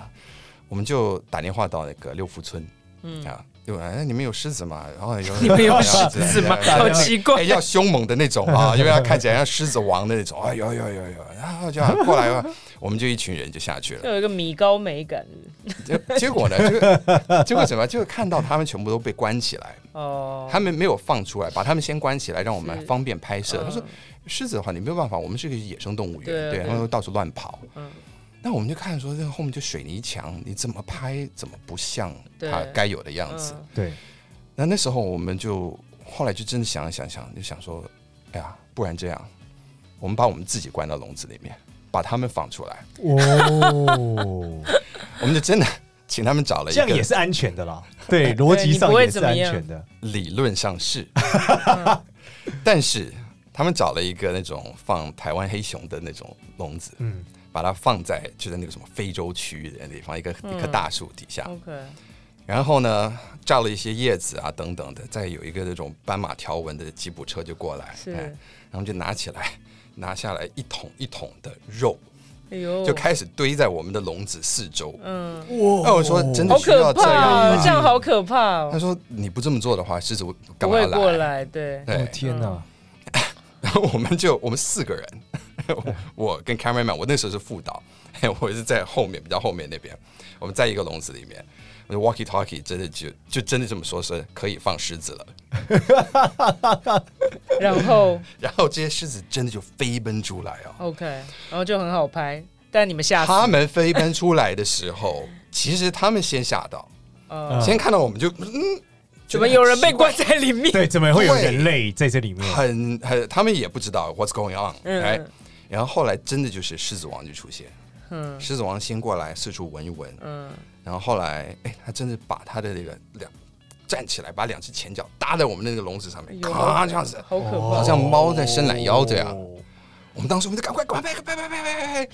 [SPEAKER 4] 我们就打电话到那个六福村，嗯啊，就问哎，你们有狮子吗？然后 [laughs] 有
[SPEAKER 2] 你们有狮
[SPEAKER 4] 子
[SPEAKER 2] 吗 [laughs] 好奇怪
[SPEAKER 4] 啊 [laughs] 哎，要凶猛的那种啊，因为要看起来像狮子王的那种啊，有有有有，然后就啊过来吧，我们就一群人就下去了
[SPEAKER 2] 就。有一个米高美感是不是
[SPEAKER 4] 结结果呢，这个结果怎么样？就看到他们全部都被关起来，
[SPEAKER 2] 哦，
[SPEAKER 4] 他们没有放出来，把他们先关起来，让我们
[SPEAKER 2] 是
[SPEAKER 4] 方便拍摄。
[SPEAKER 2] 嗯
[SPEAKER 4] 他说狮子的话，你没有办法，我们是个野生动物园，
[SPEAKER 2] 对啊
[SPEAKER 4] 对，
[SPEAKER 2] 对
[SPEAKER 4] 然后到处乱跑。
[SPEAKER 2] 嗯
[SPEAKER 4] 那我们就看说，这后面就水泥墙，你怎么拍怎么不像
[SPEAKER 2] 对
[SPEAKER 4] 它该有的样子。
[SPEAKER 2] 嗯，
[SPEAKER 1] 对，
[SPEAKER 4] 那那时候我们就后来就真的想一想想，就想说，哎呀，不然这样，我们把我们自己关到笼子里面，把他们放出来，
[SPEAKER 1] 哦，
[SPEAKER 4] 我们就真的请他们找了
[SPEAKER 1] [laughs]
[SPEAKER 4] 一
[SPEAKER 1] 这样也
[SPEAKER 4] 个
[SPEAKER 1] 是安全的啦。对，逻辑上也是安
[SPEAKER 2] 你不会
[SPEAKER 1] 全的。
[SPEAKER 4] 理论上
[SPEAKER 1] [laughs]
[SPEAKER 4] 是，但是他们找了一个那种放台湾黑熊的那种笼子，
[SPEAKER 1] 嗯，
[SPEAKER 4] 把它放在就在那个什么非洲区域的地方，一个一
[SPEAKER 1] 嗯
[SPEAKER 4] 棵大树底下，
[SPEAKER 2] OK，
[SPEAKER 4] 然后呢，罩了一些叶子啊等等的，再有一个那种斑马条纹的吉普车就过来，
[SPEAKER 2] 是
[SPEAKER 4] 哎然后就拿起来，拿下来一桶一桶的肉，
[SPEAKER 2] 哎呦，
[SPEAKER 4] 就开始堆在我们的笼子四周。
[SPEAKER 2] 嗯，
[SPEAKER 1] 哇
[SPEAKER 4] 哦那我说真的
[SPEAKER 2] 好
[SPEAKER 4] 需要
[SPEAKER 2] 可
[SPEAKER 4] 这样
[SPEAKER 2] 怕哦，
[SPEAKER 4] 吗
[SPEAKER 2] 这样好可怕
[SPEAKER 4] 他
[SPEAKER 2] 哦，
[SPEAKER 4] 说：“你不这么做的话，狮子会
[SPEAKER 2] 不
[SPEAKER 4] 干嘛
[SPEAKER 2] 会
[SPEAKER 4] 要
[SPEAKER 2] 过来，对，
[SPEAKER 1] 哦
[SPEAKER 4] 对，
[SPEAKER 1] 天哪！
[SPEAKER 4] 然后我们就我们四个人， [laughs] 我我跟 cameraman，我那时候是副导，嘿我是在后面比较后面那边，我们在一个笼子里面，我就 walkie talkie 真的就就真的这么说是可以放狮子了，
[SPEAKER 2] 然
[SPEAKER 4] [laughs]
[SPEAKER 2] 后
[SPEAKER 4] 然后这些狮子真的就飞奔出来哦，
[SPEAKER 2] OK，然后就很好拍，但你们吓死，
[SPEAKER 4] 他们飞奔出来的
[SPEAKER 2] [laughs]
[SPEAKER 4] 时候，其实他们先吓到，
[SPEAKER 2] 呃，
[SPEAKER 4] 先看到我们就嗯，
[SPEAKER 2] 怎么有人被
[SPEAKER 4] 觉
[SPEAKER 2] 关在里面？
[SPEAKER 1] 对，怎么会有
[SPEAKER 4] 对
[SPEAKER 1] 人类在这里
[SPEAKER 4] 得
[SPEAKER 1] 面？
[SPEAKER 4] 很很很，他们也不知道 what's going on，
[SPEAKER 2] 嗯
[SPEAKER 4] 哎、然后后来真的就是狮子王就出现，
[SPEAKER 2] 嗯
[SPEAKER 4] 狮子王先过来四处闻一闻，
[SPEAKER 2] 嗯，
[SPEAKER 4] 然后后来，哎，他真的把他的那个两站起来，把两只前脚搭在我们的那个笼子上面，
[SPEAKER 2] 哎呦
[SPEAKER 4] 咔这样子。
[SPEAKER 2] 好可怕！
[SPEAKER 4] 哦好像猫在伸懒腰这样
[SPEAKER 1] 哦
[SPEAKER 4] 我们当时我们就赶快赶快赶快赶快赶快赶快！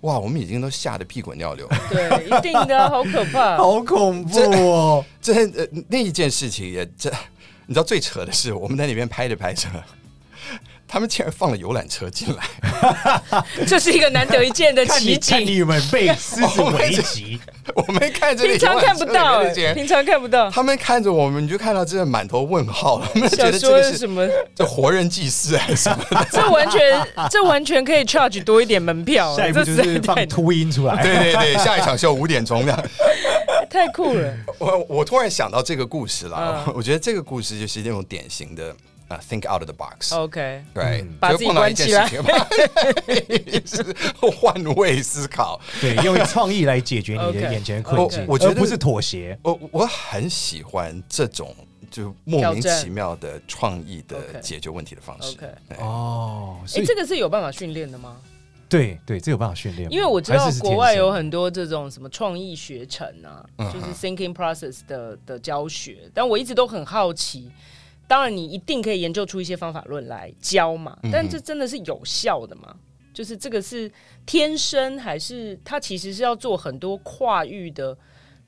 [SPEAKER 4] 哇，我们已经都吓得屁滚尿流。
[SPEAKER 2] 对，一定的啊，好可
[SPEAKER 4] [laughs]
[SPEAKER 2] 怕。
[SPEAKER 1] 好恐怖哦！
[SPEAKER 4] 这呃那一件事情也这，你知道最扯的是，我们在那边拍着拍着，他们竟然放了游览车进来。
[SPEAKER 2] 这是一个难得一见的
[SPEAKER 1] 看你
[SPEAKER 2] 奇
[SPEAKER 1] 看你
[SPEAKER 2] 景，
[SPEAKER 1] 有没有被狮 [laughs] 子围击？
[SPEAKER 4] 我们看着那
[SPEAKER 2] 平常
[SPEAKER 4] 游览
[SPEAKER 2] 看不
[SPEAKER 4] 车里
[SPEAKER 2] 到、
[SPEAKER 4] 面的
[SPEAKER 2] 哎
[SPEAKER 4] 钱
[SPEAKER 2] 平常看不到。
[SPEAKER 4] 他们看着我们，你就看到真的满头问号了，他们觉
[SPEAKER 2] 想
[SPEAKER 4] 得这
[SPEAKER 2] 说
[SPEAKER 4] 个
[SPEAKER 2] 是
[SPEAKER 4] 是
[SPEAKER 2] 什
[SPEAKER 4] [laughs]
[SPEAKER 2] 么？
[SPEAKER 4] 这活人祭祀啊还是什么？
[SPEAKER 2] [laughs] 这完全，这完全可以 charge 多一点门票。
[SPEAKER 1] 下一步
[SPEAKER 2] 这
[SPEAKER 1] 就
[SPEAKER 2] 实在
[SPEAKER 1] 哦是
[SPEAKER 2] 太
[SPEAKER 1] 放秃鹰出来。
[SPEAKER 4] 对对对，下一场秀五点钟的。
[SPEAKER 2] 太酷了。
[SPEAKER 4] 我我突然想到这个故事了，
[SPEAKER 2] 嗯
[SPEAKER 4] 我觉得这个故事就是那种典型的啊、t h i n k out of the box。
[SPEAKER 2] OK，
[SPEAKER 4] 对，
[SPEAKER 1] 嗯
[SPEAKER 4] 就
[SPEAKER 2] 哦把自己
[SPEAKER 4] 碰到一件事
[SPEAKER 2] 关
[SPEAKER 4] 情嘛， [laughs] 就是换位思考。
[SPEAKER 1] 对，用创意来解决你
[SPEAKER 2] OK，
[SPEAKER 1] 的眼前困境
[SPEAKER 2] OK，
[SPEAKER 4] 我觉得
[SPEAKER 1] 而不是妥协。
[SPEAKER 4] 我我很喜欢这种就莫名
[SPEAKER 2] 挑战
[SPEAKER 4] 其妙的创意的
[SPEAKER 2] OK
[SPEAKER 4] 解决问题的方式。
[SPEAKER 2] OK
[SPEAKER 4] 对
[SPEAKER 1] 哦，所
[SPEAKER 2] 哎、
[SPEAKER 1] 以
[SPEAKER 2] 这个是有办法训练的吗？
[SPEAKER 1] 对对，这有办法训练吗，
[SPEAKER 2] 因为我知道
[SPEAKER 1] 还是是天
[SPEAKER 2] 国外
[SPEAKER 1] 生
[SPEAKER 2] 有很多这种什么创意学程啊，
[SPEAKER 4] 嗯
[SPEAKER 2] 就是 thinking process 的的教学，但我一直都很好奇。当然，你一定可以研究出一些方法论来教嘛，
[SPEAKER 4] 嗯
[SPEAKER 2] 但这真的是有效的吗？就是这个是天生还是它其实是要做很多跨域的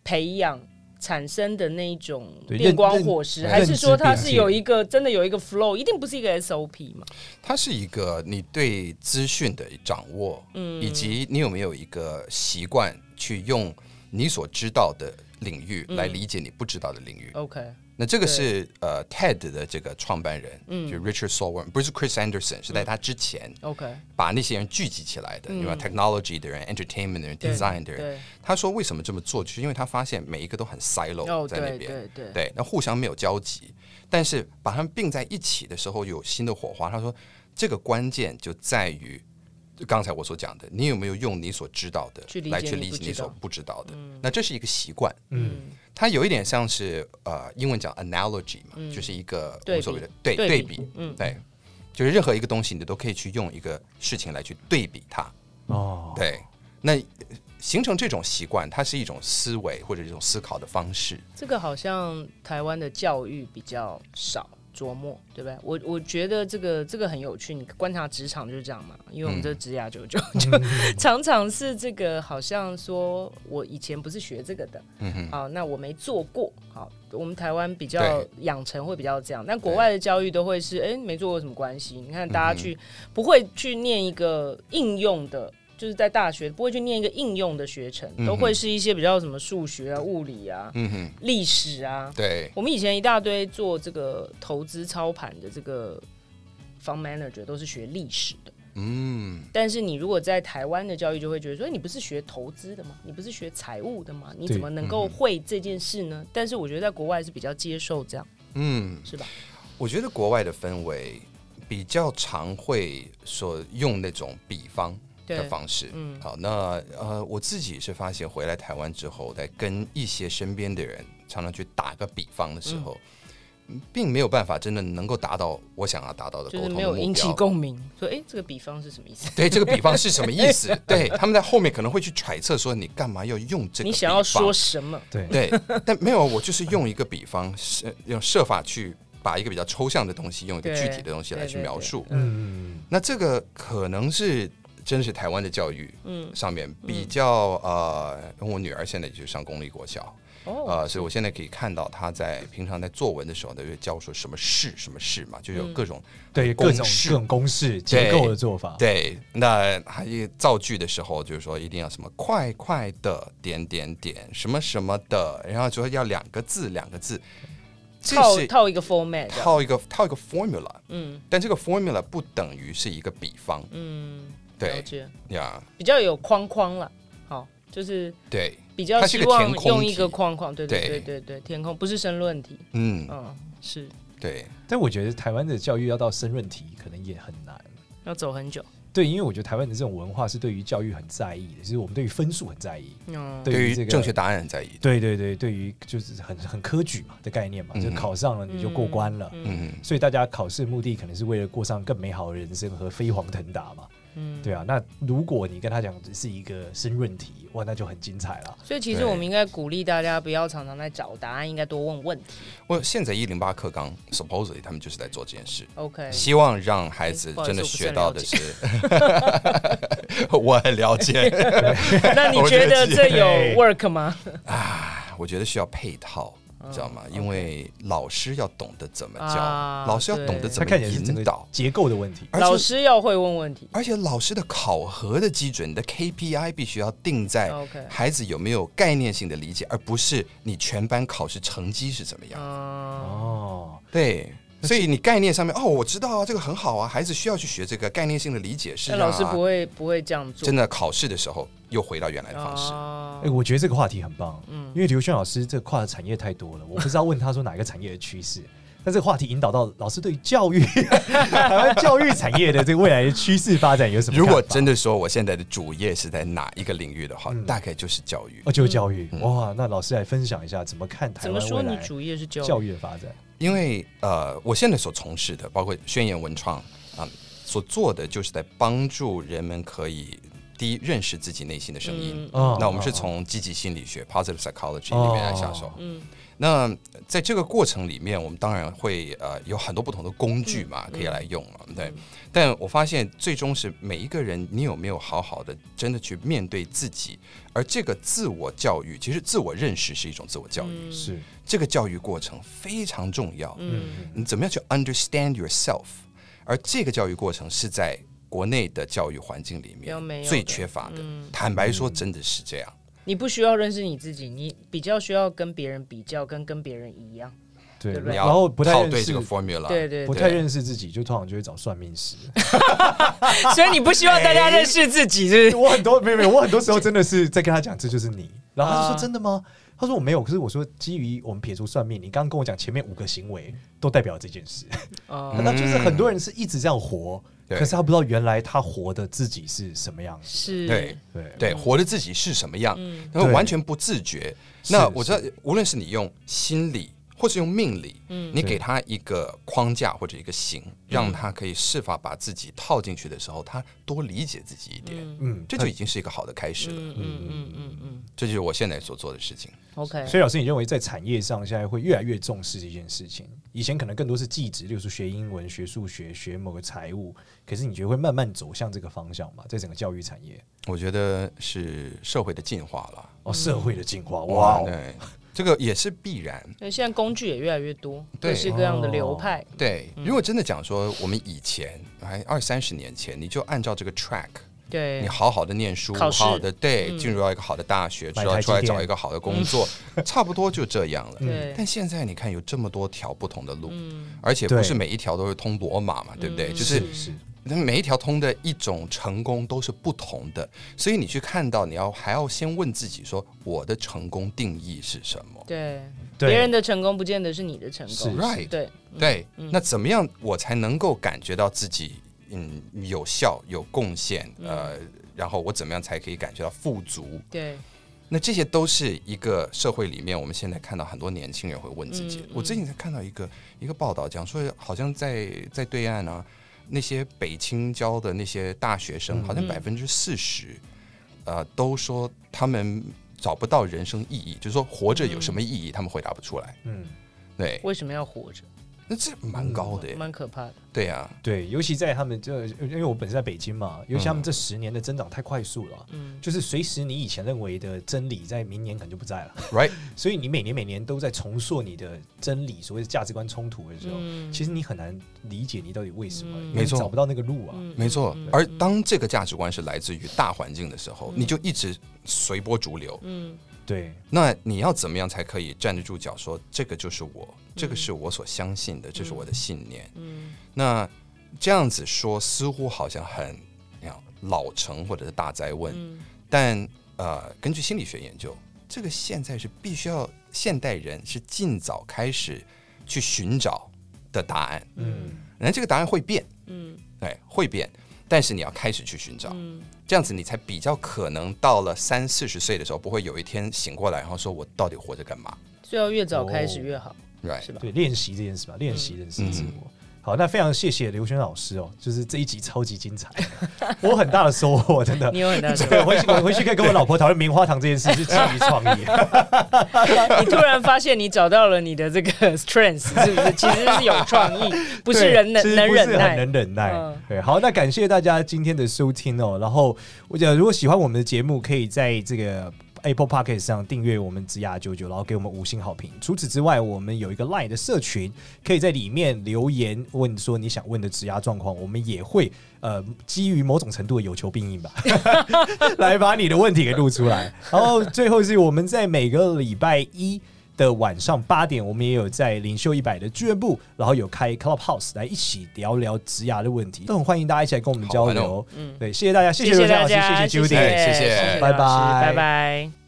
[SPEAKER 2] 培养产生的那一种
[SPEAKER 1] 对
[SPEAKER 2] 电光
[SPEAKER 1] 认
[SPEAKER 2] 火石，
[SPEAKER 4] 认
[SPEAKER 2] 还是说它
[SPEAKER 1] 认知
[SPEAKER 2] 是
[SPEAKER 1] 边界
[SPEAKER 2] 有一个真的有一个 flow，一定不是一个 SOP 嘛？
[SPEAKER 4] 它是一个你对资讯的掌握，嗯，以及你有没有一个习惯去用你所知道的领域
[SPEAKER 2] 嗯
[SPEAKER 4] 来理解你不知道的领域。
[SPEAKER 2] OK，
[SPEAKER 4] 那这个是呃 TED 的这个创办人，
[SPEAKER 2] 嗯
[SPEAKER 4] 就 Richard Solomon，不是 Chris Anderson，是在他之前
[SPEAKER 2] OK，
[SPEAKER 4] 把那些人聚集起来的，你看 technology 的人、entertainment 的人、
[SPEAKER 2] 嗯对
[SPEAKER 4] design 的人。
[SPEAKER 2] 对，
[SPEAKER 4] 他说为什么这么做，就是因为他发现每一个都很 silo
[SPEAKER 2] 哦，
[SPEAKER 4] 在那
[SPEAKER 2] 对
[SPEAKER 4] 边。
[SPEAKER 2] 对对，
[SPEAKER 4] 对，那互相没有交集，但是把它们并在一起的时候有新的火花。他说，这个关键就在于就刚才我所讲的，你有没有用你所知道的
[SPEAKER 2] 去理
[SPEAKER 4] 来
[SPEAKER 2] 解
[SPEAKER 4] 去
[SPEAKER 2] 你
[SPEAKER 4] 理
[SPEAKER 2] 不
[SPEAKER 4] 解
[SPEAKER 2] 知
[SPEAKER 4] 你所
[SPEAKER 2] 道
[SPEAKER 4] 不知道的。那这是一个习惯，
[SPEAKER 1] 嗯，
[SPEAKER 4] 它有一点像是呃，英文讲 analogy 嘛，就是一个我
[SPEAKER 2] 嗯对
[SPEAKER 4] 们所
[SPEAKER 2] 比
[SPEAKER 4] 谓的对
[SPEAKER 2] 对
[SPEAKER 4] 对
[SPEAKER 2] 比
[SPEAKER 4] 比，嗯，对，就是任何一个东西你都可以去用一个事情来去对比它，
[SPEAKER 1] 哦，
[SPEAKER 4] 对，那。呃形成这种习惯，它是一种思维或者一种思考的方式。
[SPEAKER 2] 这个好像台湾的教育比较少琢磨，对不对？我我觉得这个这个很有趣，你观察职场就是这样嘛，因为我们这职涯九九
[SPEAKER 4] 嗯 [laughs]
[SPEAKER 2] 就常常是这个，好像说我以前不是学这个的，
[SPEAKER 4] 嗯哼，
[SPEAKER 2] 好，那我没做过，好，我们台湾比较
[SPEAKER 4] 对
[SPEAKER 2] 养成会比较这样，但国外的教育都会是，哎、没做过有什么关系？你看大
[SPEAKER 4] 嗯
[SPEAKER 2] 家去、不会去念一个应用的。就是在大学不会去念一个应用的学程，
[SPEAKER 4] 嗯
[SPEAKER 2] 都
[SPEAKER 4] 哼
[SPEAKER 2] 会是一些比较什么数学啊、物理啊，
[SPEAKER 4] 嗯哼，
[SPEAKER 2] 历史啊，
[SPEAKER 4] 对，
[SPEAKER 2] 我们以前一大堆做这个投资操盘的这个 fund manager 都是学历史的，
[SPEAKER 4] 嗯。
[SPEAKER 2] 但是你如果在台湾的教育，就会觉得说哎你不是学投资的吗？你不是学财务的吗？你
[SPEAKER 1] 对
[SPEAKER 2] 怎么能够会这件事呢？但是我觉得在国外是比较接受这样，
[SPEAKER 4] 嗯，
[SPEAKER 2] 是吧？
[SPEAKER 4] 我觉得国外的氛围比较常会所用那种比方的
[SPEAKER 2] 对，
[SPEAKER 4] 方式。
[SPEAKER 2] 嗯
[SPEAKER 4] 好，那呃，我自己是发现回来台湾之后，在跟一些身边的人常常去打个比方的时候，嗯并没有办法真的能够达到我想要达到的
[SPEAKER 2] 就
[SPEAKER 4] 沟
[SPEAKER 2] 是
[SPEAKER 4] 通
[SPEAKER 2] 没
[SPEAKER 4] 的
[SPEAKER 2] 有
[SPEAKER 4] 目
[SPEAKER 2] 引起
[SPEAKER 4] 标。
[SPEAKER 2] 共鸣，说哎、这个比方是什么意思？
[SPEAKER 4] 对这个比方是什么意
[SPEAKER 2] [laughs]
[SPEAKER 4] 思？对，他们在后面可能会去揣测说你干嘛要用这个比方？
[SPEAKER 2] 你想要说什
[SPEAKER 4] [laughs]
[SPEAKER 2] 么？
[SPEAKER 1] 对，
[SPEAKER 4] 对，但没有，我就是用一个比方，是用设法去把一个比较抽象的东西，用一个具体的东西来去描述。
[SPEAKER 1] 嗯，
[SPEAKER 4] 那这个可能是真是台湾的教育，嗯，上面比较、呃，因为我女儿现在就上公立国小，
[SPEAKER 2] 哦，
[SPEAKER 4] 呃，所以我现在可以看到她在平常在作文的时候，她就教说什么是什么是嘛，就有各种、
[SPEAKER 1] 对，各
[SPEAKER 4] 公
[SPEAKER 1] 种
[SPEAKER 4] 式
[SPEAKER 1] 各种公式结构的做法，
[SPEAKER 4] 对。那还有造句的时候，就是说一定要什么快快的点点点什么什么的，然后说要两个字两个字，这
[SPEAKER 2] 套
[SPEAKER 4] 是
[SPEAKER 2] 套一个 format，这样
[SPEAKER 4] 套一个套一个 formula，
[SPEAKER 2] 嗯
[SPEAKER 4] 但这个 formula 不等于是一个比方，
[SPEAKER 2] 嗯，了
[SPEAKER 4] 对
[SPEAKER 2] 解，
[SPEAKER 4] 呀，
[SPEAKER 2] 比较有框框了，好，就是。
[SPEAKER 4] 对，
[SPEAKER 2] 比较
[SPEAKER 4] 它是一
[SPEAKER 2] 希
[SPEAKER 4] 个
[SPEAKER 2] 望
[SPEAKER 4] 填空
[SPEAKER 2] 用一个
[SPEAKER 4] 题
[SPEAKER 2] 框框，对对
[SPEAKER 4] 对
[SPEAKER 2] 对对对，填空不是申论题，
[SPEAKER 4] 嗯，
[SPEAKER 2] 嗯，是
[SPEAKER 4] 对，
[SPEAKER 1] 但我觉得台湾的教育要到申论题，可能也很难。
[SPEAKER 2] 要走很久，
[SPEAKER 1] 对，因为我觉得台湾的这种文化是对于教育很在意的，就是我们对于分数很在意，
[SPEAKER 2] 嗯，
[SPEAKER 1] 对
[SPEAKER 4] 于
[SPEAKER 1] 这个
[SPEAKER 4] 正确答案很在意，
[SPEAKER 1] 对对对，对于就是很很科举嘛的概念嘛，
[SPEAKER 4] 嗯
[SPEAKER 1] 就考上了你就过关了，
[SPEAKER 2] 嗯
[SPEAKER 4] 嗯，
[SPEAKER 1] 所以大家考试目的可能是为了过上更美好的人生和飞黄腾达嘛。
[SPEAKER 2] 嗯，
[SPEAKER 1] 对啊，那如果你跟他讲只是一个申论题，哇，那就很精彩了。
[SPEAKER 2] 所以其实
[SPEAKER 4] 对
[SPEAKER 2] 我们应该鼓励大家不要常常在找答案，应该多问问题。
[SPEAKER 4] 我现在一零八课纲，supposedly 他们就是在做这件事， [laughs]
[SPEAKER 2] OK，
[SPEAKER 4] 希望让孩子
[SPEAKER 2] 哎不好意思
[SPEAKER 4] 真的
[SPEAKER 2] 我不是
[SPEAKER 4] 学
[SPEAKER 2] 很
[SPEAKER 4] 到
[SPEAKER 2] 了
[SPEAKER 4] 的
[SPEAKER 2] 解
[SPEAKER 4] 是， [laughs] 我很了解，
[SPEAKER 2] [laughs] 那你
[SPEAKER 4] 啊我
[SPEAKER 2] 觉
[SPEAKER 4] 觉
[SPEAKER 2] 得
[SPEAKER 4] 得
[SPEAKER 2] 这有
[SPEAKER 1] 对
[SPEAKER 2] work 吗？
[SPEAKER 4] 我觉得需要配套，
[SPEAKER 2] 嗯
[SPEAKER 4] 你知道吗？因为老师要懂得怎么教，
[SPEAKER 2] 啊
[SPEAKER 4] 老师要懂
[SPEAKER 2] 对
[SPEAKER 1] 他
[SPEAKER 4] 得怎么
[SPEAKER 1] 看起来是整
[SPEAKER 4] 引
[SPEAKER 1] 个
[SPEAKER 4] 导，
[SPEAKER 1] 结构的问题，
[SPEAKER 4] 而且
[SPEAKER 2] 老师要会问问题。
[SPEAKER 4] 而且老师的考核的基准，你的 KPI 必须要定在
[SPEAKER 2] OK
[SPEAKER 4] 孩子有没有概念性的理解，而不是你全班考试成绩是怎么样。
[SPEAKER 2] 嗯，
[SPEAKER 1] 哦，
[SPEAKER 4] 对，所以你概念上面，哦，我知道啊，这个很好啊，孩子需要去学这个概念性的理解是、
[SPEAKER 2] 那
[SPEAKER 4] 啊。
[SPEAKER 2] 老师不会不会这样做，
[SPEAKER 4] 真的考试的时候又回到原来的方式。
[SPEAKER 2] 哦
[SPEAKER 1] 哎、我觉得这个话题很棒，
[SPEAKER 2] 嗯
[SPEAKER 1] 因为刘轩老师这跨的产业太多了，我不知道问他说哪一个产业的趋势。但这个话题引导到老师对于教育 [laughs] 台湾教育产业的这个未来的趋势发展有什么看
[SPEAKER 4] 如
[SPEAKER 1] 法？
[SPEAKER 4] 果真的说我现在的主业是在哪一个领域的话，
[SPEAKER 1] 嗯
[SPEAKER 4] 大概就是教育。
[SPEAKER 1] 哦，就是教育、
[SPEAKER 4] 嗯
[SPEAKER 1] 哇，那老师来分享一下怎么看台
[SPEAKER 2] 怎么
[SPEAKER 1] 湾
[SPEAKER 2] 说？
[SPEAKER 1] 未
[SPEAKER 2] 你
[SPEAKER 1] 来
[SPEAKER 2] 主业是教育
[SPEAKER 1] 教育的发展？
[SPEAKER 4] 因为呃，我现在所从事的，包括宣言文创啊、所做的就是在帮助人们可以第一认识自己内心的声音。
[SPEAKER 1] 嗯哦
[SPEAKER 4] 那我们是
[SPEAKER 1] 哦
[SPEAKER 4] 从积极心理学 （positive psychology） 里面来下手。
[SPEAKER 2] 嗯
[SPEAKER 4] 那在这个过程里面，我们当然会呃有很多不同的工具
[SPEAKER 2] 嗯
[SPEAKER 4] 嘛，可以来用了，对。但我发现最终是每一个人，你有没有好好的真的去面对自己，而这个自我教育，其实自我认识是一种自我教育，
[SPEAKER 2] 嗯
[SPEAKER 1] 是，
[SPEAKER 4] 这个教育过程非常重要。
[SPEAKER 2] 嗯
[SPEAKER 4] 你怎么样去 understand yourself？而这个教育过程是在国内的教育环境里
[SPEAKER 2] 比较没有
[SPEAKER 4] 面
[SPEAKER 2] 的
[SPEAKER 4] 最缺乏的。
[SPEAKER 2] 嗯，
[SPEAKER 4] 坦白说，真的是这样。
[SPEAKER 2] 你不需要认识你自己，你比较需要跟别人比较，跟跟别人一样。
[SPEAKER 1] 对，
[SPEAKER 2] 对不对
[SPEAKER 4] 你
[SPEAKER 1] 然后
[SPEAKER 4] 要
[SPEAKER 1] 不太
[SPEAKER 4] 套
[SPEAKER 1] 认
[SPEAKER 4] 对
[SPEAKER 1] 识
[SPEAKER 4] 这个 formula，
[SPEAKER 2] 对对
[SPEAKER 1] 不
[SPEAKER 2] 对，
[SPEAKER 1] 太认识自己，就通常就会找算命师。
[SPEAKER 2] 所以你不希望大
[SPEAKER 4] 哎
[SPEAKER 2] 家认识自己，是不
[SPEAKER 1] [laughs]
[SPEAKER 2] 是？
[SPEAKER 1] 我很多没有没有，我很多时候真的是在跟他讲，这就是你。然后他就
[SPEAKER 2] 啊
[SPEAKER 1] 说真的吗？他说我没有，可是我说基于我们撇除算命，你刚刚跟我讲前面五个行为都代表这件事，
[SPEAKER 2] 哦，
[SPEAKER 1] [laughs] 那就是很多人是一直这样活，
[SPEAKER 4] 啊对
[SPEAKER 1] 可是他不知道原来他活的自己是什么样子。
[SPEAKER 2] 是，
[SPEAKER 4] 对
[SPEAKER 1] 对
[SPEAKER 4] 对，活的自己是什么样，
[SPEAKER 2] 嗯
[SPEAKER 4] 然后
[SPEAKER 1] 对
[SPEAKER 4] 完全不自觉。
[SPEAKER 1] 是
[SPEAKER 4] 那我知道，无论是你用心理或是用命理，
[SPEAKER 2] 嗯
[SPEAKER 4] 你给他一个框架或者一个型，
[SPEAKER 1] 嗯
[SPEAKER 4] 让他可以设法把自己套进去的时候，他多理解自己一点，
[SPEAKER 1] 嗯，
[SPEAKER 4] 这就已经是一个好的开始了。
[SPEAKER 2] 嗯嗯嗯嗯嗯
[SPEAKER 4] 这就是我现在所做的事情。
[SPEAKER 2] ，OK，
[SPEAKER 1] 所以老师，你认为在产业上现在会越来越重视这件事情？以前可能更多是技职，例如说学英文、学数学、学某个财务，可是你觉得会慢慢走向这个方向吗？在整个教育产业，
[SPEAKER 4] 我觉得是社会的进化了。
[SPEAKER 1] 哦，社会的进化，哇哦，
[SPEAKER 4] 嗯对，这个也是必然。
[SPEAKER 2] 那现在工具也越来越多，各
[SPEAKER 4] 对
[SPEAKER 2] 式各样的流派。
[SPEAKER 1] 哦
[SPEAKER 4] 对，
[SPEAKER 2] 嗯
[SPEAKER 4] 如果真的讲说我们以前还二三十年前，你就按照这个 track，
[SPEAKER 2] 对
[SPEAKER 4] 你，好好的念书，
[SPEAKER 2] 考
[SPEAKER 4] 好
[SPEAKER 2] 试嗯
[SPEAKER 4] 好的对，进入到一个好的大学，
[SPEAKER 1] 买
[SPEAKER 4] 之后
[SPEAKER 1] 台积
[SPEAKER 4] 出来
[SPEAKER 1] 电嗯
[SPEAKER 4] 找一个好的工作， [laughs] 差不多就这样了。
[SPEAKER 2] 嗯对
[SPEAKER 4] 但现在你看有这么多条不同的路，
[SPEAKER 2] 嗯，
[SPEAKER 4] 而且不
[SPEAKER 1] 对
[SPEAKER 4] 是每一条都是通罗马嘛，对不对？就是
[SPEAKER 1] 是是，
[SPEAKER 4] 那每一条通的一种成功都是不同的，所以你去看到，你要还要先问自己说，我的成功定义是什么？
[SPEAKER 2] 对，
[SPEAKER 1] 对
[SPEAKER 2] 别人的成功不见得是你的成
[SPEAKER 1] 是
[SPEAKER 2] 功。
[SPEAKER 4] Right，
[SPEAKER 2] 对，
[SPEAKER 4] 对，
[SPEAKER 2] 嗯
[SPEAKER 4] 那怎么样我才能够感觉到自己嗯有效、有贡献？
[SPEAKER 2] 嗯
[SPEAKER 4] 呃，然后我怎么样才可以感觉到富足？
[SPEAKER 2] 对，
[SPEAKER 4] 那这些都是一个社会里面，我们现在看到很多年轻人会问自己。
[SPEAKER 2] 嗯嗯
[SPEAKER 4] 我最近才看到一个一个报道，讲说好像在在对岸啊，那些北青交的那些大学
[SPEAKER 2] 嗯
[SPEAKER 4] 生，好像百分之四十，呃，都说他们找不到人生意义，就是说活着有什么意
[SPEAKER 2] 嗯
[SPEAKER 4] 义，他们回答不出来。
[SPEAKER 1] 嗯。
[SPEAKER 4] 对，
[SPEAKER 2] 为什么要活着？
[SPEAKER 4] 那这蛮高的耶，
[SPEAKER 2] 蛮可怕的。
[SPEAKER 4] 对啊，
[SPEAKER 1] 对，尤其在他们这，因为我本身在北京嘛，尤其
[SPEAKER 4] 嗯
[SPEAKER 1] 他们这十年的增长太快速了，
[SPEAKER 2] 嗯
[SPEAKER 1] 就是随时你以前认为的真理，在明年可能就不在了，
[SPEAKER 4] ，right。
[SPEAKER 1] [laughs] 所以你每年每年都在重塑你的真理，所谓的价值观冲突的时候，
[SPEAKER 2] 嗯
[SPEAKER 1] 其实你很难理解你到底为什么，因为
[SPEAKER 4] 没错
[SPEAKER 1] 找不到那个路啊。
[SPEAKER 2] 嗯
[SPEAKER 4] 没错，而当这个价值观是来自于大环境的时候，你就一直随波逐流。
[SPEAKER 2] 嗯
[SPEAKER 1] 对，
[SPEAKER 4] 那你要怎么样才可以站得住脚说这个就是我，这个是我所相信的，这是我的信念？
[SPEAKER 2] 嗯，
[SPEAKER 4] 那这样子说似乎好像很你看老成或者是大灾问，
[SPEAKER 2] 嗯
[SPEAKER 4] 但呃，根据心理学研究，这个现在是必须要现代人是尽早开始去寻找的答案。
[SPEAKER 1] 嗯，
[SPEAKER 4] 然后这个答案会变，
[SPEAKER 2] 嗯
[SPEAKER 4] 对，会变，但是你要开始去寻找。
[SPEAKER 2] 嗯
[SPEAKER 4] 这样子你才比较可能到了三四十岁的时候，不会有一天醒过来，然后说我到底活着干嘛
[SPEAKER 2] 所以要越早开始越好，
[SPEAKER 1] 哦
[SPEAKER 4] ？Right？
[SPEAKER 2] 是吧？
[SPEAKER 4] 嗯
[SPEAKER 1] 对，练习这件事吧，练习认识自我。好，那非常谢谢刘轩老师哦，就是这一集超级精彩， [laughs] 我有很大的收获，真的
[SPEAKER 2] 你。有
[SPEAKER 1] [laughs]
[SPEAKER 2] 很大的 [laughs] 收
[SPEAKER 1] 对，回去我回去可以跟我老婆讨论棉花糖这件
[SPEAKER 2] [laughs]
[SPEAKER 1] 事，是基于创意。
[SPEAKER 2] 获，你突然发现你找到了你的这个 strength，是不是？其实是有创意，不是
[SPEAKER 1] [laughs] 对
[SPEAKER 2] 人
[SPEAKER 1] 其
[SPEAKER 2] 能
[SPEAKER 1] 实
[SPEAKER 2] 能
[SPEAKER 1] 不是
[SPEAKER 2] 忍
[SPEAKER 1] 很
[SPEAKER 2] 耐。
[SPEAKER 1] 能忍耐。
[SPEAKER 2] 嗯
[SPEAKER 1] 对，好，那感谢大家今天的收听哦。然后我讲，如果喜欢我们的节目，可以在这个。Apple p o c k e t 上订阅我们植牙九九，然后给我们五星好评。除此之外，我们有一个 Line 的社群，可以在里面留言问说你想问的植牙状况，我们也会呃基于某种程度的有求必应吧， [laughs] 来把你的问题给录出来。然后最后是我们在每个礼拜一。的晚上八点，我们也有在领袖一百的俱乐部，然后有开 Clubhouse 来一起聊聊植牙的问题，都很欢迎大家一起来跟我们交哦
[SPEAKER 4] 好玩
[SPEAKER 1] 流。对，谢谢大家，谢
[SPEAKER 2] 谢
[SPEAKER 1] 谢刘
[SPEAKER 2] 嗯谢
[SPEAKER 1] 江
[SPEAKER 2] 大
[SPEAKER 1] 老师，
[SPEAKER 2] 家，
[SPEAKER 1] 谢谢 Judy，
[SPEAKER 4] 哎谢谢
[SPEAKER 2] 谢谢
[SPEAKER 1] 拜
[SPEAKER 2] 老师
[SPEAKER 1] 拜
[SPEAKER 2] 拜拜。